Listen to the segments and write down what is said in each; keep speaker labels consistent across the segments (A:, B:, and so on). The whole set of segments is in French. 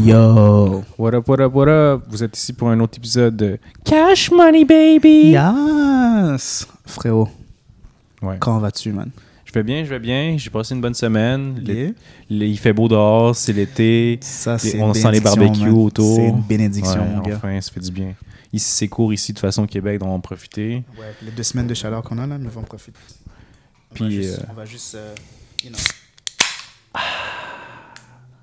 A: Yo.
B: What up, what up, what up? Vous êtes ici pour un autre épisode de Cash Money Baby.
A: Yes. Frérot,
B: Ouais.
A: quand vas-tu, man?
B: Je vais bien, je vais bien. J'ai passé une bonne semaine. L'é-
A: Yeah.
B: l'é- il fait beau dehors, c'est l'été.
A: Ça,
B: Et
A: c'est
B: On
A: une
B: sent les
A: bénédiction,
B: barbecues
A: man.
B: autour.
A: C'est une bénédiction,
B: Ouais,
A: mon gars.
B: Enfin, ça fait du bien. Ici, c'est court. Ici, de toute façon, au Québec, donc on va en profiter.
A: Ouais, les deux semaines de chaleur qu'on a, là, mais on va en profiter. On
B: Puis,
A: va juste,
B: euh,
A: on va juste, euh, you know.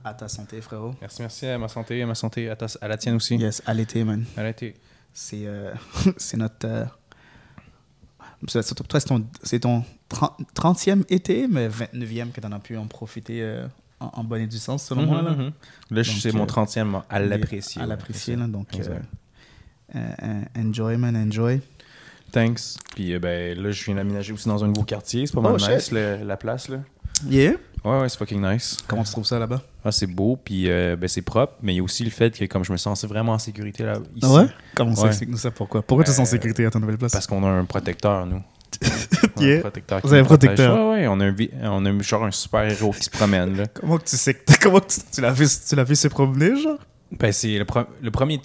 A: À ta santé, frérot.
B: Merci, merci à ma santé, à ma santé, à, ta- à la tienne aussi.
A: Yes, à l'été, man.
B: À la tienne.
A: C'est euh, c'est notre. euh, c'est- c'est- toi, c'est ton, c'est ton 30, 30e été, mais 29e que t'en as pu en profiter euh, en, en bonne et due sens, selon
B: Mhm,
A: moi. Là,
B: mhm. Là, je-
A: Donc,
B: c'est mon
A: euh,
B: 30e à
A: Mais
B: l'apprécier.
A: À
B: ouais,
A: l'apprécier,
B: c'est ça.
A: là. Donc, euh,
B: Exact.
A: euh, euh, enjoy, man, enjoy.
B: Thanks. Puis euh, ben, là, je viens d'aménager aussi dans un nouveau quartier. C'est pas mal
A: Oh,
B: nice,
A: shit.
B: le- la place. Là.
A: Yeah.
B: Ouais, ouais, c'est fucking nice.
A: Comment tu trouves ça là-bas?
B: Ah, c'est beau, puis euh, ben, c'est propre, mais il y a aussi le fait que comme je me sens vraiment en sécurité là, ici,
A: Ah Comment ça
B: Ouais.
A: explique-nous ça? Pourquoi? Pourquoi tu es en
B: Euh,
A: sécurité à ta nouvelle place?
B: parce qu'on a un protecteur, nous. On a
A: Yeah.
B: un protecteur
A: Vous
B: qui
A: avez
B: nous
A: un protecteur.
B: protège. Ouais, ouais, on a, un vi- on a un- genre un super-héros qui se promène. Là.
A: Comment que tu sais que comment que tu, tu l'as vu, tu l'as vu se promener, genre?
B: Ben, c'est le, pro- le premier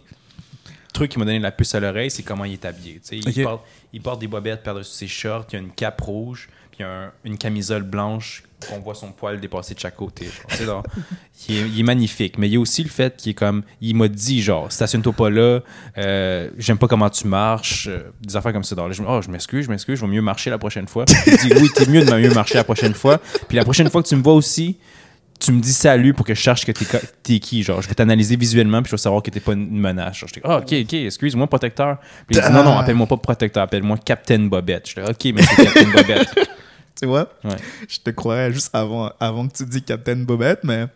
B: truc qui m'a donné la puce à l'oreille, c'est comment il est habillé. tu sais.
A: Ok.
B: Il, porte, il porte des bobettes par-dessus ses shorts, il y a une cape rouge, puis il y a un- une camisole blanche qu'on voit son poil dépasser de chaque côté. genre. Tu sais, genre, il, est, il est magnifique, mais il y a aussi le fait qu'il est comme... Il m'a dit, genre, stationne-toi pas là, euh, j'aime pas comment tu marches, euh, des affaires comme ça. Donc là, je, me- oh, je m'excuse, je m'excuse, je vais mieux marcher la prochaine fois. Il dit, oui, t'es mieux de mieux marcher la prochaine fois. Puis la prochaine fois que tu me vois aussi, tu me dis salut pour que je cherche que t'es, co- t'es qui. Genre, je vais t'analyser visuellement puis je vais savoir que t'es pas une menace. Genre, j'étais, ah, ok, ok, excuse-moi, protecteur. Puis il dit, non, non,
A: Ah.
B: appelle-moi pas protecteur, appelle-moi Captain Bobette. J'étais, ok, mais c'est Captain Bobette.
A: Tu vois?
B: Ouais.
A: Je te croyais juste avant, avant que tu dis Captain Bobette, mais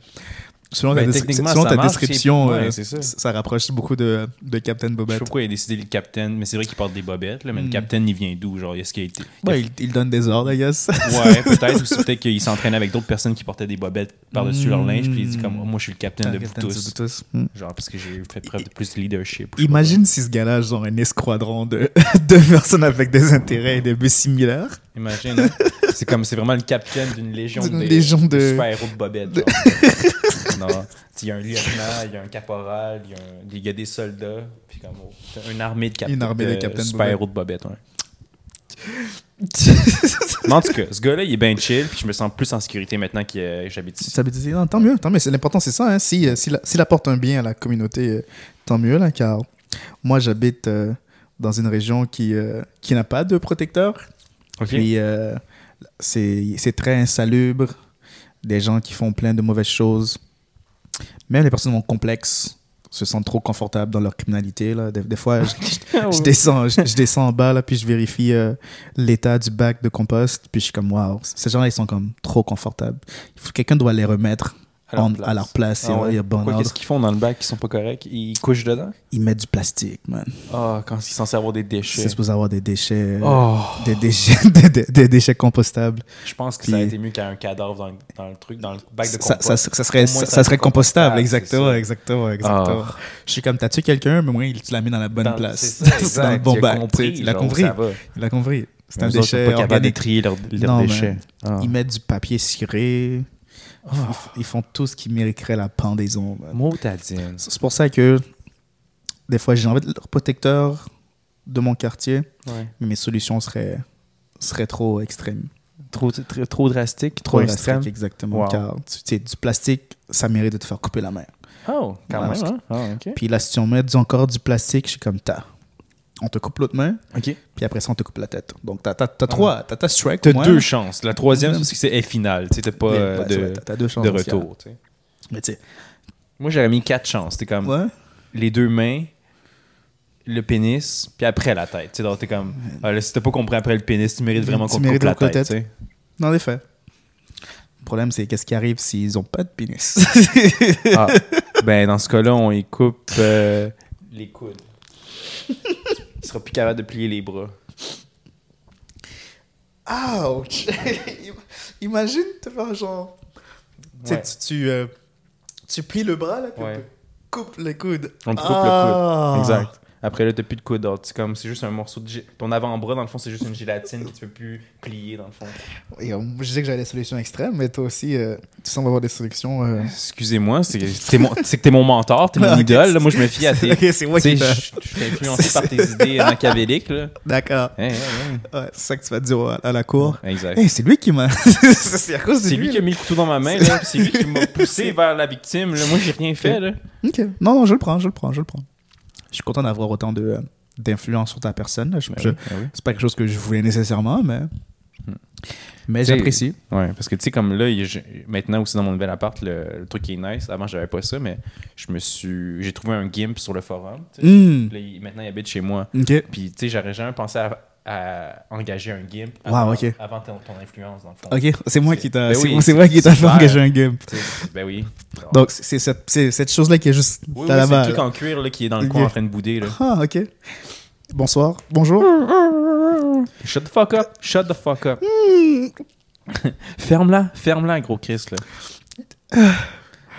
A: selon
B: Ben,
A: ta, descri-
B: techniquement,
A: selon
B: ça
A: ta
B: marche,
A: description,
B: c'est- ouais,
A: euh,
B: c'est ça.
A: ça. rapproche beaucoup de, de Captain
B: Je sais
A: Bobette.
B: pas pourquoi il a décidé le Captain, mais c'est vrai qu'il porte des bobettes, là, mais le Captain, il vient d'où Genre, est-ce qu'il a été.
A: Ouais, Hmm. Ben, il, il donne des ordres, I guess.
B: Ouais, peut-être, ou c'est peut-être qu'il s'entraînait avec d'autres personnes qui portaient des bobettes par-dessus leur linge, puis il dit comme, moi, je suis le Captain de vous
A: Captain Hmm. de
B: tous.
A: tous. Hmm.
B: Genre, parce que j'ai fait preuve de plus de leadership.
A: Imagine si ce gars-là, genre un escadron de, de personnes avec des intérêts et des buts similaires.
B: Imagine, hein? c'est comme c'est vraiment le capitaine d'une légion
A: D'une
B: de,
A: légion de-
B: super héros de bobettes. genre. non, il y a un lieutenant, il y a un caporal, il y a un- il y, a des soldats, puis comme oh, t'as une armée de capitaines,
A: Une armée de capitaines
B: super héros de bobettes. Ouais. Mais en tout cas, ce gars-là, il est bien chill, puis je me sens plus en sécurité maintenant que euh, j'habite ici.
A: Ça veut dire, non, tant mieux, tant mieux. C'est- L'important, c'est ça. Hein. Si, euh, s'il, s'il apporte un bien à la communauté, euh, tant mieux, là, car moi, j'habite euh, dans une région qui, euh, qui n'a pas de protecteur.
B: Ok.
A: Puis, euh, c'est, c'est très insalubre. Des gens qui font plein de mauvaises choses. Même les personnes complexes se sentent trop confortables dans leur criminalité. Là. Des, des fois, je,
B: Oh.
A: je descends, je, je descends en bas, là, puis je vérifie euh, l'état du bac de compost. Puis je suis comme, waouh, ces gens-là, ils sont comme trop confortables. Il faut, quelqu'un doit les remettre
B: À leur
A: en-
B: place.
A: à leur place. et
B: Ah ouais.
A: ouais, il y a bon
B: Pourquoi,
A: ordre.
B: Qu'est-ce qu'ils font dans le bac qui sont pas corrects Ils couchent dedans
A: Ils mettent du plastique, man.
B: Ah, quand ils sont censés avoir des déchets.
A: C'est supposé avoir des déchets, euh,
B: Oh,
A: des, déchets des, des- des déchets compostables.
B: je pense que
A: Puis-
B: ça a été mieux qu'un cadavre dans, le- dans le truc, dans le bac de
A: Ça,
B: compost.
A: ça- ça serait,
B: Au moins,
A: ça,
B: ça
A: ça serait
B: serait compostable,
A: compostable, exactement,
B: c'est ça. Ah.
A: exactement, exactement. Je suis comme, t'as tué quelqu'un, mais au moins, il- tu l'as mis dans la bonne
B: Dans-
A: place.
B: c'est ça,
A: C'est dans le
B: exact.
A: bon
B: Il a
A: bac.
B: compris,
A: tu sais, il a
B: genre,
A: compris.
B: ça va.
A: Il a compris. C'est un
B: Eux autres sont
A: déchet
B: pas capables de
A: organique.
B: trier leurs leurs
A: Non, mais
B: déchets. Ah.
A: Ils mettent du papier ciré. Ils f- Ils font tout ce qui mériterait la pendaison. man.
B: Motadine.
A: C'est pour ça que des fois, j'ai envie de leur protecteur de mon quartier,
B: Ouais.
A: mais mes solutions seraient, seraient trop extrêmes.
B: Trop, trop, trop drastique,
A: Trop
B: trop,
A: extrêmes,
B: extrême.
A: exactement.
B: Wow.
A: Car tu sais, du plastique, ça mérite de te faire couper la main.
B: Oh, quand
A: Ouais,
B: même.
A: parce
B: hein? Ah, ok.
A: Puis là, si tu en mets du- encore du plastique, je suis comme, t'as. On te coupe l'autre main,
B: Ok.
A: puis après ça, on te coupe la tête. Donc, t'as t'as- t'as trois. T'as ta strike.
B: Ah. T'as
A: au moins.
B: deux chances. La troisième, c'est parce que c'est est finale. Tu sais, t'as pas
A: Ouais,
B: euh,
A: ouais, c'est vrai,
B: de,
A: t'as- t'as deux chances,
B: de
A: il y a-
B: retour. tu sais.
A: Mais tu sais,
B: Moi, j'aurais mis quatre chances. T'es comme
A: ouais.
B: les deux mains, le pénis, puis après la tête. Tu sais, donc t'es comme. ah, là, si t'as pas compris après le pénis, tu mérites vraiment
A: Tu
B: qu'on te
A: mérites
B: coupe la
A: qu'on te
B: tête.
A: coupe la
B: tu sais.
A: Dans les faits. Le problème, c'est qu'est-ce qui arrive s'ils ont pas de pénis
B: Ah, ben dans ce cas-là, on y coupe euh, les coudes. Il sera plus capable de plier les bras.
A: Ouch Ah, Imagine te faire genre. tu sais,
B: Ouais.
A: Tu, tu, euh, tu plies le bras, là, puis
B: Ouais.
A: on te coupe les coudes.
B: On te coupe
A: Ah.
B: le coude. Exact. Après là, t'as plus de coude. Alors, C'est comme, c'est juste un morceau de. gé- Ton avant-bras, dans le fond, c'est juste une gélatine que tu peux plus plier, dans le fond.
A: Et, euh, je disais que j'avais des solutions extrêmes, mais toi aussi, euh, tu sembles avoir des solutions. euh,
B: Excusez-moi, c'est t'es mon- c'est que t'es mon mentor, t'es mon
A: Ok,
B: idole.
A: c'est-
B: Là, moi, je me fie à tes.
A: Ok, c'est moi
B: Tu sais,
A: qui t'a-
B: je je suis influencé par tes idées euh, machiavéliques, là.
A: D'accord.
B: Hein, hein,
A: Ouais, c'est ça que tu vas dire à, à la cour.
B: hein. Exact.
A: Hey, c'est lui qui m'a. c'est à cause de
B: C'est lui qui a mis le couteau dans ma main, là, puis c'est lui qui m'a poussé vers la victime. là. Moi, j'ai rien fait. Là.
A: Ok. Non, non, je le prends, je le prends, je le prends. Je suis content d'avoir autant de, euh, d'influence sur ta personne. là.
B: Ben
A: Je- je- C'est pas quelque chose que je voulais nécessairement, mais. Mais
B: Hmm. T'sais,
A: j'apprécie.
B: Ouais, parce que tu sais, comme là, il- je- maintenant aussi dans mon nouvel appart, le, le truc qui est nice. Avant, j'avais pas ça, mais je me suis. J'ai trouvé un gimp sur le forum. tu sais.
A: Hmm.
B: Puis là, il- maintenant, il habite chez moi.
A: Ok.
B: Puis, tu sais, j'aurais jamais pensé à, à engager un gimp
A: Wow,
B: avant,
A: ok.
B: avant ton, ton influence, dans le fond.
A: Ok, c'est moi
B: C'est-
A: qui t'a
B: Ben
A: c'est
B: oui,
A: moi- c'est
B: c'est-
A: moi qui t'a
B: c'est
A: fait
B: clair.
A: engager un game.
B: Tu sais, Ben oui.
A: Donc c'est- c'est cette, c'est cette chose-là qui est juste
B: Oui, oui,
A: à la
B: c'est le
A: balle.
B: truc en cuir là, qui est dans le
A: Ok.
B: coin en train de bouder. Là.
A: Ah, ok. Bonsoir, bonjour.
B: Shut the fuck up, shut the fuck up.
A: Hmm.
B: ferme-la, ferme-la, gros Chris. Là.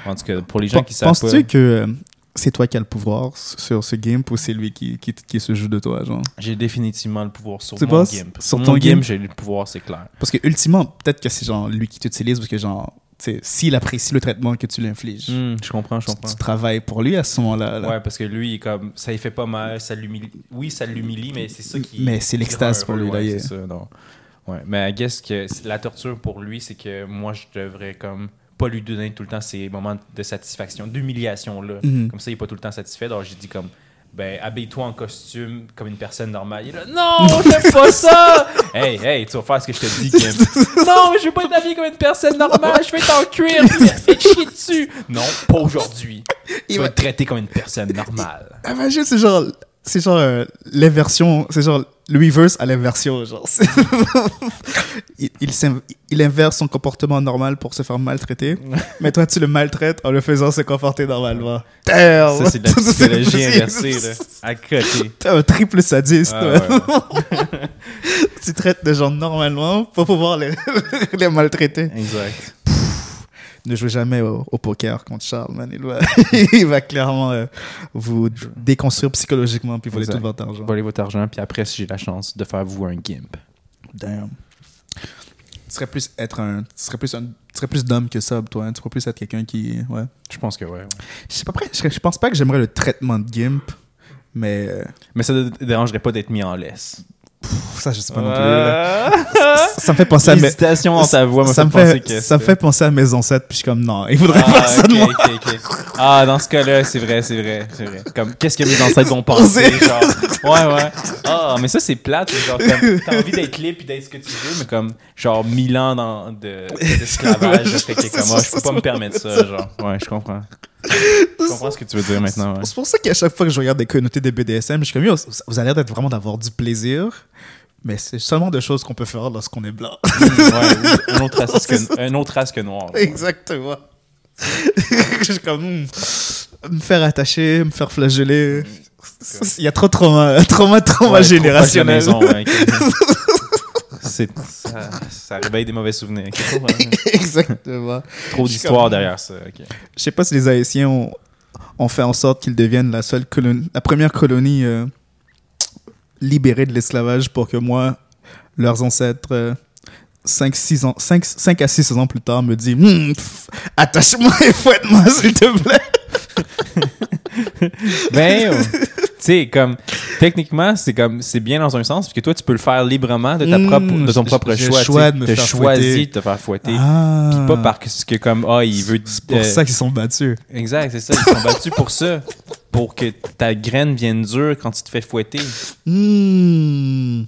B: En tout cas, pour les gens
A: Pen-
B: qui savent pas,
A: Penses-tu que euh, c'est toi qui as le pouvoir s- sur ce game ou c'est lui qui, qui, qui se joue de toi, genre
B: j'ai définitivement le pouvoir sur
A: Tu
B: mon
A: penses?
B: gimp.
A: Sur
B: mon
A: ton gimp?
B: j'ai le pouvoir, c'est clair.
A: Parce que ultimement, peut-être que c'est genre lui qui t'utilise parce que genre, tu sais, s'il apprécie le traitement que tu lui infliges,
B: Hmm, je comprends, je
A: tu,
B: comprends.
A: tu travailles pour lui à ce moment-là. là.
B: Ouais, parce que lui, il est comme, ça lui fait pas mal, ça l'humilie. Oui, ça l'humilie, mais c'est ça qui.
A: Mais c'est
B: qui
A: l'extase
B: rend
A: pour lui,
B: heureux, ouais,
A: d'ailleurs.
B: c'est ça, non. Ouais, mais I guess que c'est- la torture pour lui, c'est que moi, je devrais comme pas lui donner tout le temps ces moments de satisfaction, d'humiliation là.
A: Mhm.
B: Comme ça, il est pas tout le temps satisfait. Alors j'ai dit comme, ben habille-toi en costume comme une personne normale. Il est là, non, j'aime pas ça. hey, hey, tu vas faire ce que je te dis, Kim. non, mais je veux pas être habillé comme une personne normale. Je vais être en cuir. Fais chier dessus. Non, pas aujourd'hui.
A: Il
B: Tu vas
A: va-
B: être traité comme une personne normale.
A: Imagine, Ah, c'est genre, c'est genre euh, l'inversion, c'est genre le reverse à l'inversion, genre. C'est- il, il, s'in- il inverse son comportement normal pour se faire maltraiter, mais toi tu le maltraites en le faisant se comporter normalement. Damn!
B: Ça, c'est de la psychologie
A: Ah c'est-
B: inversée, là. À côté.
A: T'es un triple sadiste.
B: Ah, ouais, ouais.
A: Tu traites des gens normalement pour pouvoir les, les maltraiter.
B: Exact.
A: Ne jouez jamais au, au poker contre Charles, man. Il va, il va clairement euh, vous déconstruire psychologiquement puis voler
B: Exact.
A: tout votre argent.
B: Volez votre argent, puis après, si j'ai la chance de faire vous un gimp.
A: Damn. Tu serais plus être un, tu serais plus un, tu serais plus d'homme que sub, toi. hein. Tu pourrais plus être quelqu'un qui, ouais.
B: Je pense que ouais. ouais.
A: Je sais pas, après, je, serais- je pense pas que j'aimerais le traitement de gimp, mais euh,
B: Mais ça ne te dérangerait pas d'être mis en laisse.
A: pff, ça je sais pas non plus. là.
B: Ah!
A: Ça me fait penser à mes,
B: L'hésitation dans ta voix m'a
A: ça
B: fait
A: me
B: penser
A: fait,
B: que...
A: ça me fait penser à mes ancêtres puis je suis comme non, ils voudraient
B: Ah,
A: pas ça de
B: ok,
A: moi.
B: ok, ok. Ah, dans ce cas-là, c'est vrai, c'est vrai, c'est vrai. Comme, qu'est-ce que mes ancêtres vont penser,
A: C'est-
B: genre. Ouais, ouais. Ah, mais ça, c'est plate, c'est genre, comme, t'as envie d'être libre et d'être ce que tu veux, mais comme, genre, mille ans dans, de, d'esclavage, je serais quelqu'un comme, Ah, je peux pas me permettre ça, genre. Ouais, je comprends. Je comprends ce que tu veux dire maintenant, ouais.
A: C'est pour ça qu'à chaque fois que je regarde des communautés des BDSM, je suis comme, Yo, vous avez l'air d'être vraiment d'avoir du plaisir, mais c'est seulement des choses qu'on peut faire lorsqu'on est blanc.
B: ouais un autre race que, un autre race que noir. là.
A: Exactement. je suis comme, hmm, me faire attacher, me faire flageller. Il y a trop de trauma, trauma, trauma
B: Ouais, trop
A: générationnel.
B: proche de la maison, ouais, ok. C'est- ça, ça réveille des mauvais souvenirs. ok. Trop, hein.
A: Exactement.
B: Trop d'histoire derrière ça. ok.
A: Je sais pas si les Haïtiens ont, ont fait en sorte qu'ils deviennent la seule colonie, la première colonie euh, libérée de l'esclavage pour que moi, leurs ancêtres, 5, ans, 5, à 6 ans plus tard, me disent Hmm, pff, Attache-moi et fouette-moi, s'il te plaît.
B: Ben, euh, tu sais, comme, techniquement, c'est comme, c'est bien dans un sens, parce que toi, tu peux le faire librement de, ta
A: Mm,
B: propre, de ton
A: j'ai-
B: propre
A: j'ai
B: choix.
A: le choix
B: tu
A: de
B: sais.
A: me
B: T'as
A: faire
B: choisi
A: fouetter.
B: de te faire fouetter.
A: Ah.
B: Puis pas parce que, comme, ah, il veut.
A: C'est pour
B: euh,
A: ça qu'ils sont battus.
B: Exact, c'est ça. Ils sont battus pour ça. Pour que ta graine vienne dure quand tu te fais fouetter.
A: Hmm.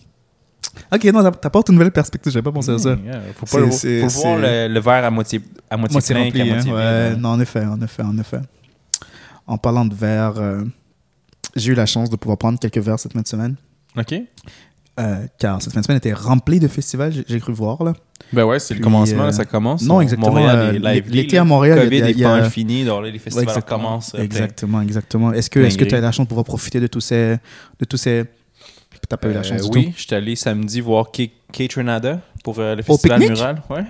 A: Ok, non, t'app- t'apportes une nouvelle perspective, j'avais pas pensé à ça.
B: Mm, yeah. Faut
A: C'est-
B: pas le, faut
A: c'est-
B: le voir
A: c'est-
B: le, le verre à moitié, à moitié,
A: Moitié
B: plein
A: rempli,
B: qu'à
A: hein,
B: moitié
A: ouais,
B: vide.
A: Non, en effet, en effet, en effet. En parlant de verre, euh, j'ai eu la chance de pouvoir prendre quelques verres cette fin de semaine.
B: hein. OK.
A: euh, car cette fin de semaine était remplie de festivals, j'ai- j'ai cru voir. Là.
B: Ben ouais, c'est
A: Puis,
B: le commencement,
A: euh,
B: là, ça commence.
A: non,
B: Au
A: exactement, euh,
B: Montréal, les live
A: l'été
B: là,
A: à Montréal,
B: COVID
A: il y a-
B: est
A: il y a-
B: pas infini, donc là, les festivals
A: exactement,
B: commencent. euh,
A: Exactement, exactement. Est-ce que
B: plein
A: tu as
B: gré.
A: eu la chance de pouvoir profiter de tous ces. De tous ces... T'as pas eu
B: Euh,
A: la chance du
B: oui,
A: tout.
B: j'étais allé samedi voir Kate Renada pour euh, le
A: Au
B: festival
A: pique-nique?
B: mural. Ouais.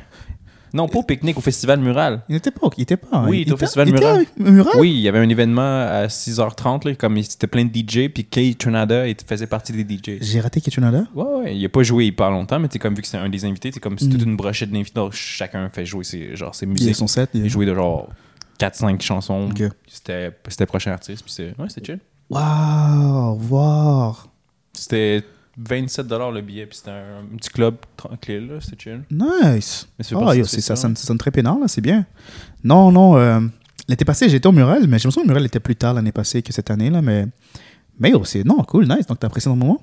B: Non, pas au pique-nique, au festival mural.
A: Il n'était pas. Il était pas. hein.
B: Oui, il était au festival
A: il
B: Mural.
A: avec Mural.
B: Oui, il y avait un événement à 6h30, là, comme il- c'était plein de DJ, puis Kay Trinada il faisait partie des DJ.
A: J'ai raté Kitchenada.
B: Ouais, ouais, il a pas joué hyper longtemps, mais t'es comme vu que c'est un des invités, c'est comme c'est toute
A: Mm.
B: une brochette d'invités, donc chacun fait jouer ses, genre, ses
A: Il y a
B: musiques.
A: son set.
B: Il
A: Il
B: a
A: joue.
B: joué de genre 4-5 chansons.
A: Ok.
B: C'était C'était prochain artiste, puis c'était ouais, c'était chill.
A: Waouh, wow.
B: C'était 27 le billet, puis c'était un, un petit club tranquille, là, c'était chill.
A: Nice.
B: Mais c'est
A: Ah,
B: pas ça,
A: yo,
B: c'est
A: c'est- ça,
B: ça.
A: sonne, ça sonne très pénal, là, c'est bien. Non, non, euh, l'été passé, j'étais au Mural, mais j'ai l'impression que le Mural était plus tard l'année passée que cette année, là, mais... Mais yo, c'est... Non, cool, nice, donc t'as apprécié dans le moment?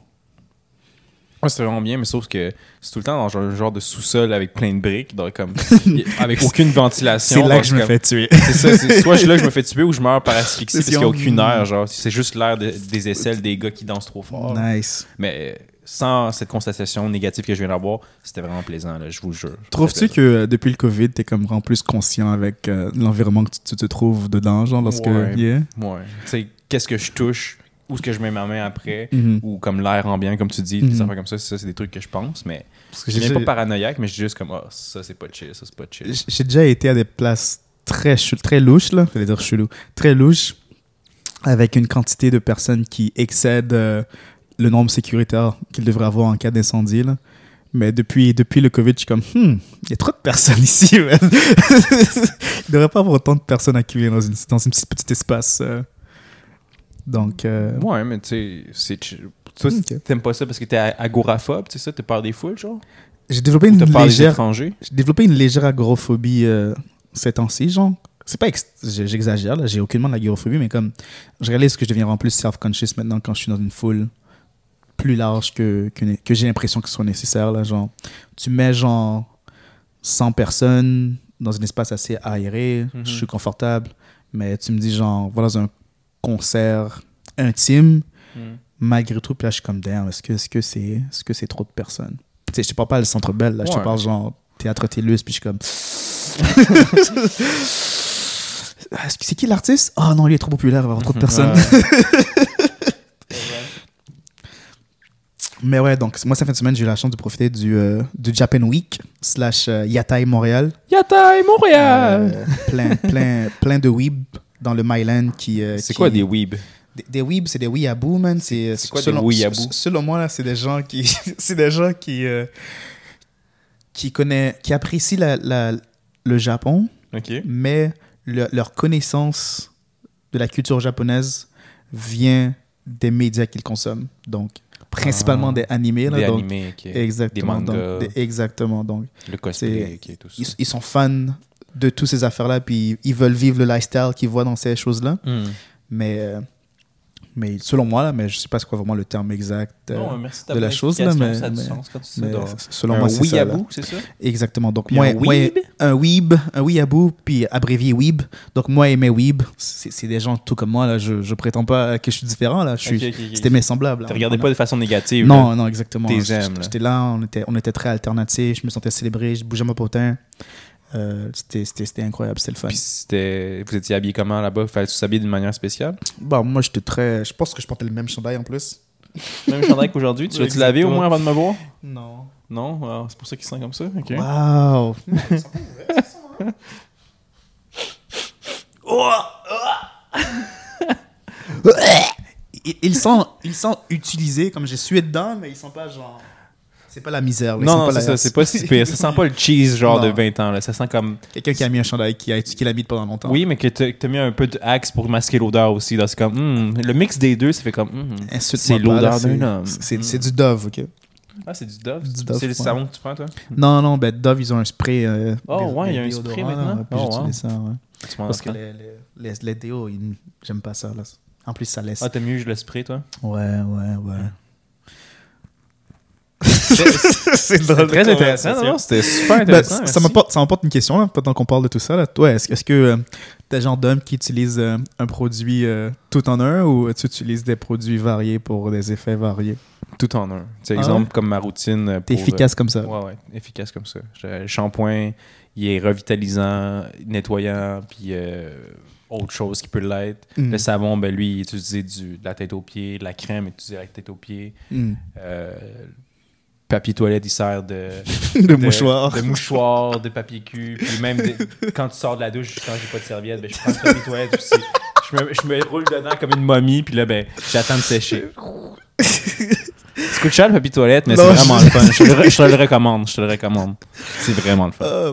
B: Ouais, c'était vraiment bien, mais sauf que c'est tout le temps dans un genre de sous-sol avec plein de briques, dans comme, avec aucune ventilation.
A: C'est là
B: donc
A: que je me
B: comme-
A: fais tuer.
B: C'est ça, c'est soit je, là je me fais tuer ou je meurs par asphyxie
A: C'est
B: parce qu'il n'y a
A: sûr.
B: aucune air, genre. C'est juste l'air de- des aisselles des gars qui dansent trop fort.
A: Nice.
B: Mais euh, sans cette constatation négative que je viens d'avoir, c'était vraiment plaisant, là, je vous jure.
A: Trouves-tu que euh, depuis le COVID, t'es comme vraiment plus conscient avec euh, l'environnement que tu, tu te trouves dedans, genre, lorsque...
B: Ouais.
A: Yeah.
B: Ouais. Tu sais, qu'est-ce que je touche, où est-ce que je mets ma main après,
A: Mhm.
B: ou comme l'air ambiant, comme tu dis, des
A: Mhm.
B: affaires comme ça, ça c'est des trucs que je pense, mais
A: Parce que
B: je suis
A: j'ai-
B: même pas paranoïaque, mais je suis juste comme, ah, ça c'est pas chill, ça c'est pas chill.
A: J- J'ai déjà été à des places très, chou- très louches, là. J'allais dire chelou. Très louches, avec une quantité de personnes qui excèdent euh, le nombre sécuritaire qu'ils devraient avoir en cas d'incendie, là. Mais depuis, depuis le COVID, je suis comme, Hmm, il y a trop de personnes ici, man. Il devrait pas avoir autant de personnes accumulées dans, une, dans un petit, petit espace. euh. Donc, euh,
B: Ouais, hein, mais tu sais, c'est chill. Toi,
A: Ok.
B: t'aimes pas ça parce que t'es a- agoraphobe, tu sais ça, t'as peur des foules, genre?
A: j'ai développé
B: Ou
A: une
B: t'as peur des
A: légère
B: étrangers?
A: j'ai développé une légère agoraphobie euh, ces temps-ci, genre. C'est pas ex- j- j'exagère là, j'ai aucunement de l'agoraphobie, mais comme je réalise que je deviens vraiment plus self-conscious maintenant quand je suis dans une foule plus large que, que, que j'ai l'impression que ce soit nécessaire là, genre tu mets genre 100 personnes dans un espace assez aéré,
B: Mhm.
A: je suis confortable, mais tu me dis genre voilà dans un concert intime,
B: Mhm.
A: malgré tout, puis là, je suis comme, damn, est-ce que est-ce que c'est est -ce c'est trop de personnes? Tu sais, je te parle pas le Centre Bell, là, je
B: Ouais.
A: te parle genre Théâtre Télus, puis je suis comme... Est-ce que c'est qui l'artiste? Ah non, lui est trop populaire, il va avoir trop de personnes. Mais ouais, donc moi, cette fin de semaine, j'ai eu la chance de profiter du, euh, du Japan Week slash euh, Yatai Montréal.
B: Yatai, Montréal!
A: Euh, plein, plein, plein de weeb dans le Myland qui... euh,
B: c'est
A: qui-
B: quoi des weebs?
A: Des, des weebs, c'est des weeaboo, man. C'est euh,
B: C'est quoi
A: selon-
B: des weeaboo?
A: s- Selon moi, là, c'est des gens qui, c'est des gens qui, euh, qui connaissent, qui apprécient la- la- le Japon,
B: Ok.
A: mais le- leur connaissance de la culture japonaise vient des médias qu'ils consomment. Donc, principalement
B: Ah.
A: des animés, là.
B: des
A: donc,
B: animés, ok.
A: Exactement.
B: Des mangas.
A: donc, des- exactement. Donc,
B: Le
A: C'est-
B: cosplay, ok, tout ça.
A: ils, ils sont fans de toutes ces affaires-là, puis ils veulent vivre le lifestyle qu'ils voient dans ces choses-là.
B: Hmm.
A: mais, euh, mais selon moi, là, mais je sais pas c'est quoi vraiment le terme exact. euh,
B: Non, merci ta
A: de la
B: bonne
A: chose, là,
B: explication,
A: mais-
B: ça a du
A: mais-
B: sens quand tu
A: mais
B: sais, dans-
A: selon
B: un
A: moi, c'est ça. là.
B: weeaboo, c'est ça?
A: Exactement. Donc,
B: Puis
A: moi,
B: un
A: moi-
B: weeb?
A: un weeb, un weeaboo, puis abrévié weeb. Donc, moi et mes weeb, c'est c'est des gens tout comme moi. Là. Je, je prétends pas que je suis différent. Là. Je suis,
B: Ok, ok, ok.
A: C'était mes semblables. là.
B: T'as regardé
A: On-
B: pas de façon négative.
A: Non, non, exactement.
B: T'es
A: J-
B: aimes, là.
A: J'étais là, on était, on était très alternatifs. Je me sentais célébré, je bougeais mon potin. Euh, c'était- c'était c'était incroyable, c'était le fun.
B: Puis c'était. Vous étiez habillé comment là-bas? Fallait-tu s'habiller d'une manière spéciale?
A: Bon, moi, j'étais très. Je pense que je portais le même chandail en plus.
B: Même chandail qu'aujourd'hui? Tu vas-tu laver au
A: Exactement.
B: moins avant de me voir?
A: Non.
B: Non? Ah, c'est pour ça qu'il sent comme ça? Ok.
A: Wow! Ils- Ils sont, ils sont utilisés comme j'ai sué dedans, mais ils sont pas genre. Ah C'est pas la misère. là. Ils
B: Non,
A: sont
B: non,
A: pas la
B: c'est ça,
A: herse.
B: c'est pas si pire. Ça sent pas le cheese genre
A: Non.
B: de 20 ans. Là. Ça sent comme.
A: Quelqu'un qui a mis un chandail qui, a, qui l'a mis pendant longtemps.
B: Oui, mais que t'as que t'as mis un peu de axe pour masquer l'odeur aussi. là. C'est comme. hmm, Le mix des deux, ça fait comme. hmm.
A: Insulte-moi pas,
B: C'est
A: là,
B: l'odeur
A: c'est-
B: d'un homme. Mm.
A: C'est, c'est du Dove, ok?
B: Ah, c'est du Dove?
A: Du Dove,
B: c'est le
A: ouais.
B: savon que tu prends, toi?
A: Non, non, ben Dove, ils ont un spray. euh,
B: Oh,
A: dé-
B: ouais, il y a un
A: déodorant,
B: spray
A: là,
B: maintenant?
A: ouais, puis
B: Oh,
A: j'utilise ça, ouais.
B: Tu m'en
A: Parce que
B: prends.
A: les, les, les, les déos, ils- j'aime pas ça. Là. En plus, ça laisse.
B: Ah, t'as mieux le spray, toi?
A: Ouais, ouais, ouais. c'est drôle.
B: Très intéressant, non? non, C'était super
A: Ben,
B: intéressant.
A: ça
B: merci.
A: ça m'apporte ça m'apporte une question, là, pendant qu'on parle de tout ça. Là. Toi, est-ce est-ce que euh, t'es le genre d'homme qui utilise euh, un produit euh, tout en un ou tu utilises des produits variés pour des effets variés
B: Tout en un. Tu sais,
A: Ah
B: exemple, comme ma routine. euh,
A: T'es
B: pour, euh,
A: efficace comme ça.
B: ouais, ouais, efficace comme ça. Je- Le shampoing, il est revitalisant, nettoyant, puis euh, autre chose qui peut l'être.
A: Mm.
B: Le savon, ben lui, il est
A: Hmm.
B: utilisé du, de la tête aux pieds, de la crème est utilisée de la tête aux pieds.
A: Mm.
B: Euh, papier toilette, il sert de,
A: de mouchoir.
B: de mouchoir, de papier cul. Puis même de- quand tu sors de la douche, quand j'ai pas de serviette, ben, je prends le papier toilette aussi. Je me, je me roule dedans comme une momie, puis là, ben, j'attends de sécher. Ça coûte cher le papier toilette, mais c'est
A: Non,
B: vraiment
A: je-
B: le fun. Je te le, re- je te le recommande, je te le recommande. C'est vraiment le fun.
A: Euh,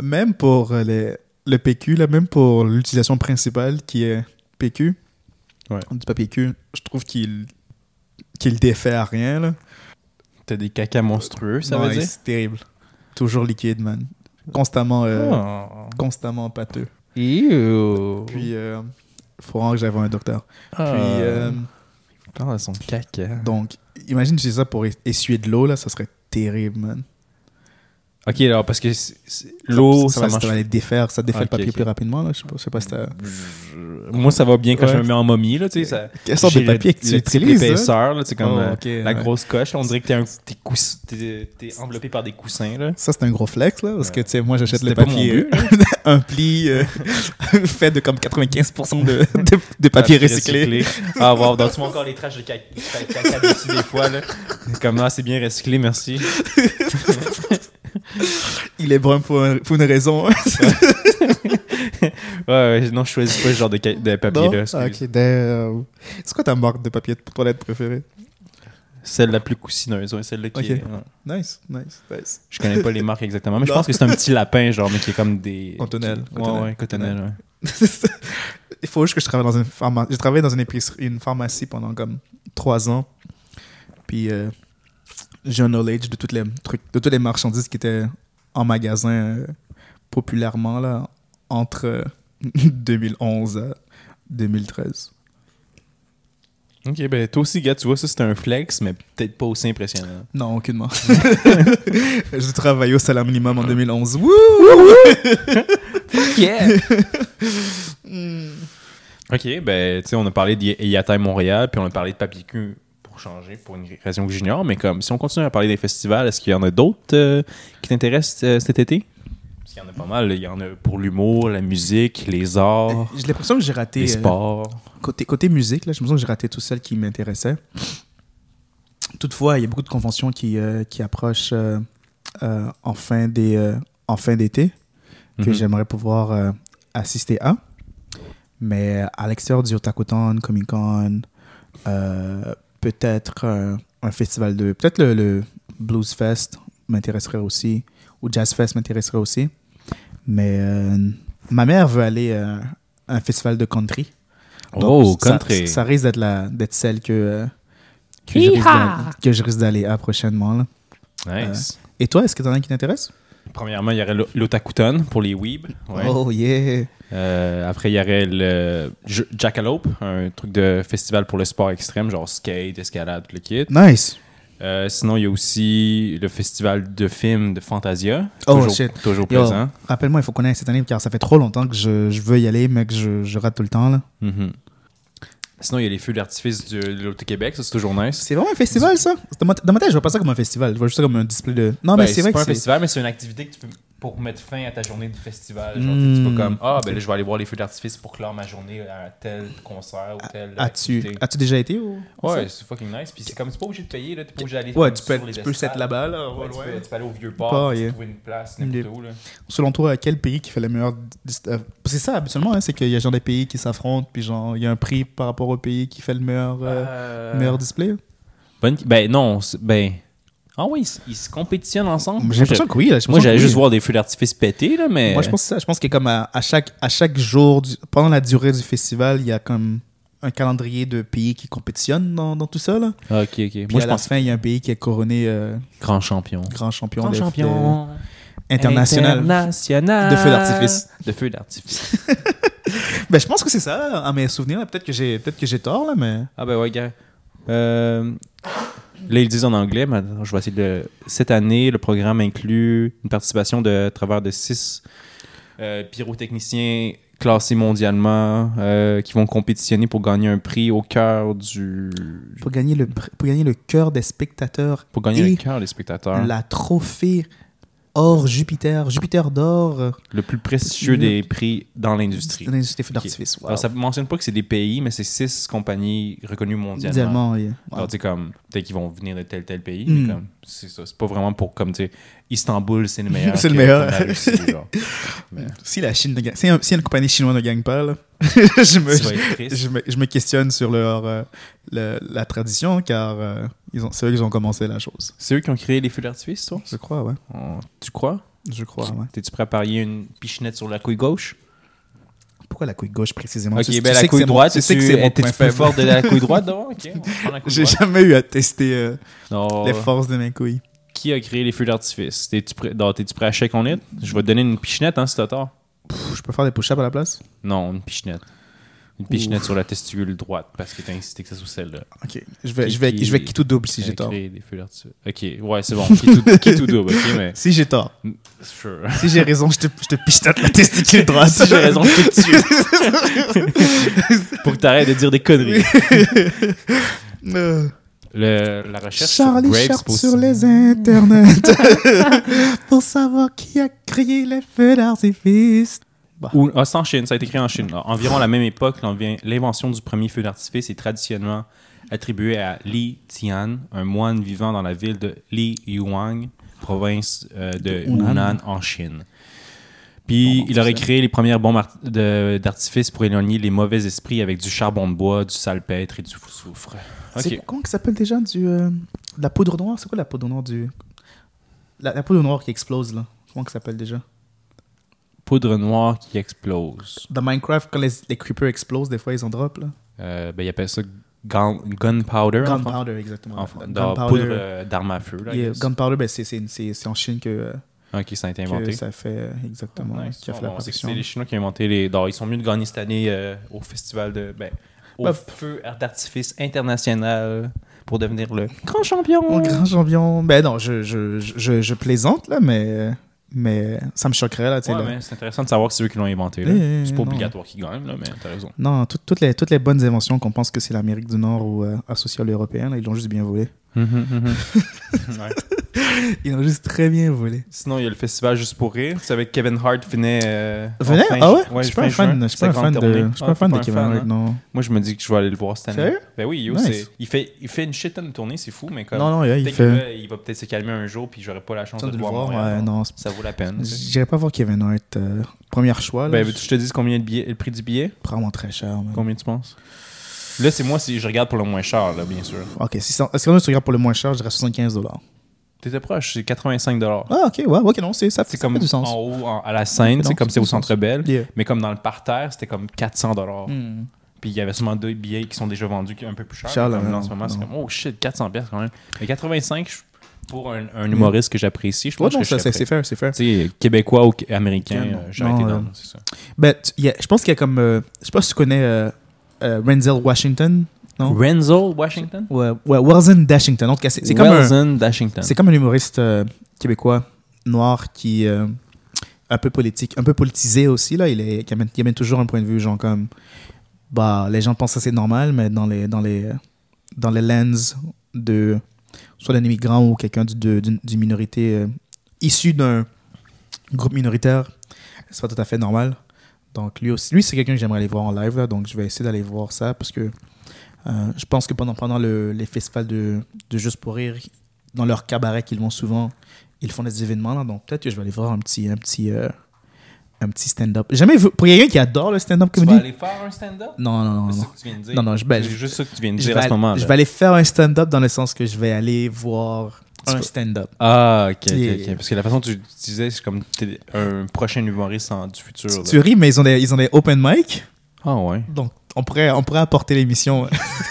A: même pour euh, les, le PQ, là, même pour l'utilisation principale qui est PQ,
B: Ouais.
A: du papier cul, je trouve qu'il qu'il défait à rien. Là.
B: T'as des cacas monstrueux, ça
A: Ouais,
B: veut dire?
A: C'est terrible. Toujours liquide, man. Constamment, euh,
B: Oh.
A: constamment pâteux.
B: Ew.
A: Puis, euh, faut vraiment que j'avais un docteur.
B: Ah.
A: Puis, euh,
B: Parle à son caca.
A: donc, imagine utiliser ça pour es- essuyer de l'eau, là, ça serait terrible, man.
B: Ok, alors, parce que c'est- c'est- l'eau, ça,
A: va,
B: marche.
A: va les défaire, ça défait
B: Ah,
A: le
B: ok,
A: papier
B: ok.
A: plus rapidement, là. Je sais pas, je sais pas si t'as.
B: Moi, ça va bien quand
A: Ouais.
B: je me mets en momie, là, tu sais. Ça...
A: Quelle sorte de
B: J'ai le-
A: papier que tu
B: le type
A: utilises? hein?
B: L'épaisseur, là, c'est comme
A: Oh,
B: euh,
A: ok,
B: la
A: ouais.
B: grosse coche. On dirait que t'es, un, t'es, couss- t'es- t'es enveloppé par des coussins, là.
A: Ça, c'est un gros flex, là, parce que, tu sais, moi, j'achète le
B: C'était pas mon
A: papier,
B: but,
A: un pli euh, fait de comme 95% de, de, de papier recyclé.
B: Ah, wow, dans tout mon corps, les traces de caca caca dessus des fois, là. Comme là, c'est bien recyclé, merci.
A: Il est brun pour, un- pour une raison.
B: Ouais, ouais, non, je choisis pas ce genre de, ca- de
A: Non?
B: papier-là.
A: Ah,
B: excuse.
A: ok, damn. C'est quoi ta marque de papier de toilette préférée?
B: Celle la plus coussineuse, ouais, celle-là qui
A: Ok.
B: est- ouais.
A: Nice, nice, nice.
B: Je connais pas les marques exactement, mais je
A: Non.
B: pense que c'est un petit lapin, genre, mais qui est comme des...
A: Cotonnelle,
B: qui- Ouais,
A: cotonnelle,
B: ouais, cotonnelle, ouais.
A: Il faut juste que je travaille dans une pharmacie. J'ai travaillé dans une épicerie, une pharmacie pendant comme trois ans. Puis euh, j'ai un knowledge de toutes les trucs, de toutes les marchandises qui étaient en magasin euh, populairement là entre euh, 2011 à 2013.
B: Ok, ben toi aussi, gars, tu vois, ça c'est un flex, mais peut-être pas aussi impressionnant.
A: Non, aucunement. j'ai travaillé au salaire minimum en
B: Ah.
A: 2011. Wouh!
B: OK, ben, tu sais, on a parlé d'IATI Montréal, puis on a parlé de Papier Cul pour changer, pour une raison que j'ignore, mais comme si on continue à parler des festivals, est-ce qu'il y en a d'autres euh, qui t'intéressent euh, cet été? Parce qu'il y en a pas mal, là. il y en a pour l'humour, la musique, les arts,
A: J'ai l'impression que j'ai raté.
B: les
A: euh,
B: sports.
A: Côté, côté musique, là, j'ai l'impression que j'ai raté toutes celles qui m'intéressaient. Toutefois, il y a beaucoup de conventions qui, euh, qui approchent euh, euh, en fin des, euh, en fin d'été que
B: Mhm.
A: j'aimerais pouvoir euh, assister à. Mais à l'extérieur du Otakuton, Comic Con, peut-être euh, un festival de. Peut-être le, le Blues Fest m'intéresserait aussi, ou Jazz Fest m'intéresserait aussi. Mais euh, ma mère veut aller euh, à un festival de country. Donc,
B: Oh,
A: ça-
B: country!
A: Ça, risque d'être, la, d'être celle que, euh, que, je risque d'aller, que je risque d'aller à prochainement. là.
B: Nice.
A: Et toi, est-ce que t'en as qui t'intéresse
B: Premièrement, il y aurait l'O- l'Otakuton pour les weebs. Ouais.
A: Oh yeah!
B: Euh, après, il y aurait le J- Jackalope, un truc de festival pour le sport extrême, genre skate, escalade, tout le kit.
A: Nice!
B: Euh, sinon, il y a aussi le festival de films de Fantasia.
A: Oh,
B: toujours,
A: shit.
B: toujours
A: Yo,
B: présent.
A: rappelle-moi, il faut qu'on aille cette année car ça fait trop longtemps que je, je veux y aller, mais que je, je rate tout le temps. Là.
B: Mhm. Sinon, il y a les feux d'artifice du- de l'Auto-Québec. Ça, c'est toujours nice.
A: C'est vraiment un festival, ça? Dans ma, dans ma tête, je vois pas ça comme un festival. Je vois juste ça comme un display de. Non, Ah, mais
B: Ben,
A: c'est vrai
B: pas
A: que
B: un
A: c'est.
B: festival, mais c'est une activité que tu peux pour mettre fin à ta journée du festival. Genre,
A: Mm.
B: tu peux comme, ah, ben là, je vais aller voir les feux d'artifice pour clore ma journée à tel concert ou tel.
A: As-tu,
B: activité.
A: as-tu déjà été au.
B: Ouais, c'est fucking nice. Puis c'est comme, c'est pas obligé de payer, là. T'es pas obligé d'aller.
A: Ouais,
B: comme
A: tu
B: sur
A: peux,
B: les
A: être- tu peux
B: estrades.
A: être là-bas, là.
B: Ouais,
A: Ah, ouais,
B: tu,
A: ouais.
B: Peux, tu peux aller au vieux port,
A: Pas,
B: tu
A: yeah.
B: trouves une place, n'importe
A: Ok.
B: où. Là.
A: Selon toi, quel pays qui fait le meilleur. dis- euh, C'est ça, habituellement, hein, c'est qu'il y a genre des pays qui s'affrontent, puis genre, il y a un prix par rapport au pays qui fait le meilleur. euh, meilleur display.
B: Bonne- Ben non, c'est- ben. Ah oui, ils s- ils, se compétitionnent ensemble.
A: J'ai l'impression que oui. là, j'ai
B: Moi,
A: l'impression
B: j'allais
A: que oui.
B: juste voir des feux d'artifice péter, là, mais.
A: Moi, je pense que c'est ça. Je pense que comme à, à chaque, à chaque jour, du- pendant la durée du festival, il y a comme un calendrier de pays qui compétitionnent dans, dans tout ça. Là.
B: Ah, Ok, ok.
A: Puis
B: Moi,
A: à
B: je
A: la
B: pense
A: fin, il y a un pays qui est couronné euh,
B: grand champion.
A: grand champion, de- de- international.
B: International.
A: De feux d'artifice.
B: De feux d'artifice.
A: Ben, je pense que c'est ça, à mes souvenirs. là. Peut-être que j'ai peut-être que j'ai tort, là, mais...
B: Ah, ben ouais, gars. Euh, Là, ils le disent en anglais, mais attends, je vais essayer de. Cette année, le programme inclut une participation de à travers de six euh, pyrotechniciens classés mondialement euh, qui vont compétitionner pour gagner un prix au cœur du.
A: Pour gagner le, pr- pour gagner le cœur des spectateurs
B: Pour gagner
A: Et
B: le cœur des spectateurs.
A: la trophée Or, Jupiter, Jupiter d'or, euh,
B: Le plus prestigieux des prix dans l'industrie.
A: dans l'industrie des feux d'artifice. Wow.
B: Alors, ça ne mentionne pas que c'est des pays, mais c'est six compagnies reconnues mondialement.
A: Mondialement, yeah. Wow.
B: Alors, tu sais, comme, peut-être qu'ils vont venir de tel, tel pays,
A: Mm.
B: mais comme, c'est ça. C'est pas vraiment pour, comme, tu sais, Istanbul, c'est le meilleur.
A: C'est le
B: que
A: meilleur.
B: la Russie, genre.
A: Si la Chine ne gagne, si, un- si une compagnie chinoise ne gagne pas, là, je, me,
B: Tu vas être triste.
A: je me, je me questionne sur leur, euh, le- la tradition, car euh, ils ont, c'est eux qui ont commencé la chose.
B: C'est eux qui ont créé les feux d'artifice, toi?
A: Je crois, ouais.
B: Oh, Tu crois?
A: Je crois, ouais.
B: T'es-tu prêt à parier une pichenette sur la couille gauche?
A: Pourquoi la couille gauche précisément
B: Ok,
A: Tu- tu sais
B: ben
A: que
B: la
A: c'est
B: couille
A: mon-
B: droite,
A: tu
B: c'est
A: sais que c'est mon
B: tu
A: point
B: plus
A: faible.
B: fort de la couille droite d'abord? Ok, on prend la couille
A: J'ai
B: droite.
A: jamais eu à tester euh,
B: Non.
A: les forces de mes couilles.
B: Qui a créé les feux d'artifice? T'es-tu prêt, non, t'es-tu prêt à check on it? Je vais te donner une pichenette, hein, si t'as tort.
A: Pff, je peux faire des push-ups à la place
B: Non, une pichenette. Une pichenette sur la testicule droite, parce que t'as incité que ça soit celle-là.
A: Ok, je vais,
B: Qui-
A: je vais,
B: qui-
A: je vais quitter double si
B: Elle a
A: j'ai tort.
B: créé des feux d'artifice. Ok, ouais, c'est bon. Qui tout, qui tout double, ok, mais.
A: Si j'ai tort,
B: Sure.
A: si j'ai raison, je te, je te pichetote la testicule droite.
B: si j'ai raison, je te tue. Pour que t'arrêtes de dire des conneries.
A: Euh,
B: Le- la recherche
A: Charlie
B: sur Brave,
A: Sharp
B: c'est
A: sur
B: aussi-
A: les internets pour savoir qui a créé les feux d'artifice.
B: Ou, ah, c'est en Chine, ça a été créé en Chine. là. Environ à la même époque, l'envi- l'invention du premier feu d'artifice est traditionnellement attribuée à Li Tian, un moine vivant dans la ville de Li Yuang, province euh, de
A: Hunan.
B: Hunan, en Chine. Puis
A: Bon,
B: il aurait
A: c'est ça.
B: créé les premières bombes art- de- d'artifice pour éloigner les mauvais esprits avec du charbon de bois, du salpêtre et du soufre.
A: C'est
B: Ok.
A: comment ça s'appelle déjà du, euh, de la poudre noire C'est quoi la poudre noire du. La, la poudre noire qui explose là Comment ça s'appelle déjà
B: Poudre noire qui explose.
A: Dans Minecraft, quand les, les creepers explosent, des fois ils en drop là.
B: Euh, ben, il appelle ça gun- gunpowder. en français.
A: Gunpowder, exactement.
B: En fran- dans
A: Gunpowder,
B: poudre euh, d'arme à feu. là, I
A: yeah,
B: guess.
A: gunpowder, ben, c'est- c'est c'est- c'est en Chine que, euh,
B: Ok, ça a été
A: que
B: inventé. Oh,
A: ça fait euh, exactement.
B: Nice. Ah,
A: qui a fait
B: Bon,
A: la
B: bon, c'est que
A: production.
B: c'est les Chinois qui ont inventé les. non, ils sont mieux de gagner cette année euh, au festival de. Ben, au
A: Bah,
B: feu d'artifice international pour devenir le grand champion.
A: Mon grand champion. Ben non, je, je, je, je plaisante, là, mais, mais ça me choquerait, là, tu sais.
B: Ouais,
A: là.
B: mais c'est intéressant de savoir que c'est eux qui l'ont inventé. là.
A: Eh, eh,
B: c'est
A: non.
B: pas obligatoire qu'ils gagnent, là, mais t'as raison.
A: Non, tout- toutes, les, toutes les bonnes inventions qu'on pense que c'est l'Amérique du Nord ou euh, associé à l'Européen, là, ils l'ont juste bien volé. hum,
B: Ouais.
A: Ils l'ont juste très bien volé.
B: Sinon, il y a le festival Juste pour rire. C'est avec Kevin Hart venait. euh, en
A: Venez,
B: fin
A: ah ouais, je
B: ju-
A: suis
B: fin
A: pas un fan,
B: juin.
A: je suis pas un
B: C'est
A: fan
B: terminé.
A: de, je suis
B: Ah,
A: pas un
B: t'es
A: fan de
B: un
A: Kevin
B: fan,
A: Hart,
B: hein?
A: non.
B: Moi, je me dis que je vais aller le voir cette année.
A: Sérieux?
B: Ben oui, yo,
A: Nice.
B: c'est- il, fait, il fait une shit tonne de tournée, c'est fou, mais comme.
A: Non, non, il
B: Peut-être que
A: fait.
B: là, il va peut-être se calmer un jour, puis j'aurai pas la chance
A: Sans
B: de, le voir. à Montréal,
A: ouais,
B: genre.
A: non.
B: Ça vaut la peine.
A: J'irai pas voir Kevin Hart. euh, premier choix, là.
B: Ben, veux-tu que je te dise combien de billets, le prix du billet
A: Vraiment très cher, man.
B: Combien tu penses Là, c'est moi, si je regarde pour le moins cher, là, bien sûr.
A: Ok, si c'est si on se regarde pour le moins cher, je dirais 75 dollars.
B: T'étais proche, c'est 85
A: Ah, ok, ouais, ok, non, c'est ça. fait-
B: C'est comme
A: ça fait du
B: en
A: sens.
B: haut, en- à la scène,
A: Non,
B: c'est comme
A: ça
B: c'est
A: fait
B: au
A: du sens.
B: centre Bell.
A: Yeah.
B: Mais comme dans le parterre, c'était comme 400
A: Hmm.
B: Puis il y avait seulement deux billets qui sont déjà vendus qui- un peu plus chers.
A: Cher,
B: mais
A: là,
B: comme
A: non,
B: en ce moment, c'est
A: non.
B: comme, oh shit, 400 pièces quand même. Mais 85, je- pour un, un humoriste que j'apprécie, je
A: Mm. Ouais,
B: pense
A: non,
B: que je
A: ça,
B: serais
A: c'est
B: prêt.
A: c'est fair, c'est fair.
B: Tu sais, québécois ou qu- américain,
A: Non,
B: euh, j'aurais
A: non,
B: été
A: euh,
B: dans, c'est ça.
A: Ben, tu- il y a- je pense qu'il y a comme. euh, je sais pas si tu connais euh, euh, Renzel Washington. Non?
B: Renzo Washington?
A: Ouais, ouais Welzen Dashington. En tout cas, c'est c'est comme, un-
B: Wilson Dashington.
A: c'est comme un humoriste euh, québécois noir qui. euh, un peu politique, un peu politisé aussi. Là. Il, est, qui amène, il amène toujours un point de vue, genre comme. Bah, les gens pensent que c'est normal, mais dans les, dans les, dans les lens de. soit d'un immigrant ou quelqu'un du- de- d'une d'une minorité euh, issu d'un groupe minoritaire, c'est pas tout à fait normal. Donc lui aussi, lui c'est quelqu'un que j'aimerais aller voir en live, là, donc je vais essayer d'aller voir ça parce que euh, je pense que pendant, pendant le- les festivals de, de Juste pour rire, dans leur cabaret qu'ils vont souvent, ils font des événements là, donc peut-être que je vais aller voir un petit, un petit, euh, un petit stand-up. Jamais vu- pour quelqu'un qui adore le stand-up
B: Tu
A: comedy.
B: vas aller faire un stand-up?
A: Non non non
B: C'est
A: non.
B: ça que tu viens de dire.
A: Non, non, je- ben,
B: C'est
A: je-
B: juste ça que tu viens de
A: Je
B: dire
A: vais,
B: à ce
A: aller-
B: moment-là.
A: je vais aller faire un stand-up dans le sens que je vais aller voir
B: Tu
A: un
B: vas-
A: stand-up.
B: Ah, ok, ok,
A: Yeah.
B: ok. Parce que la façon que tu disais, c'est comme t'es un prochain humoriste en- du futur. là.
A: Tu ris, mais ils ont des, ils ont des open mic,
B: Ah ouais.
A: donc on pourrait, on pourrait apporter l'émission.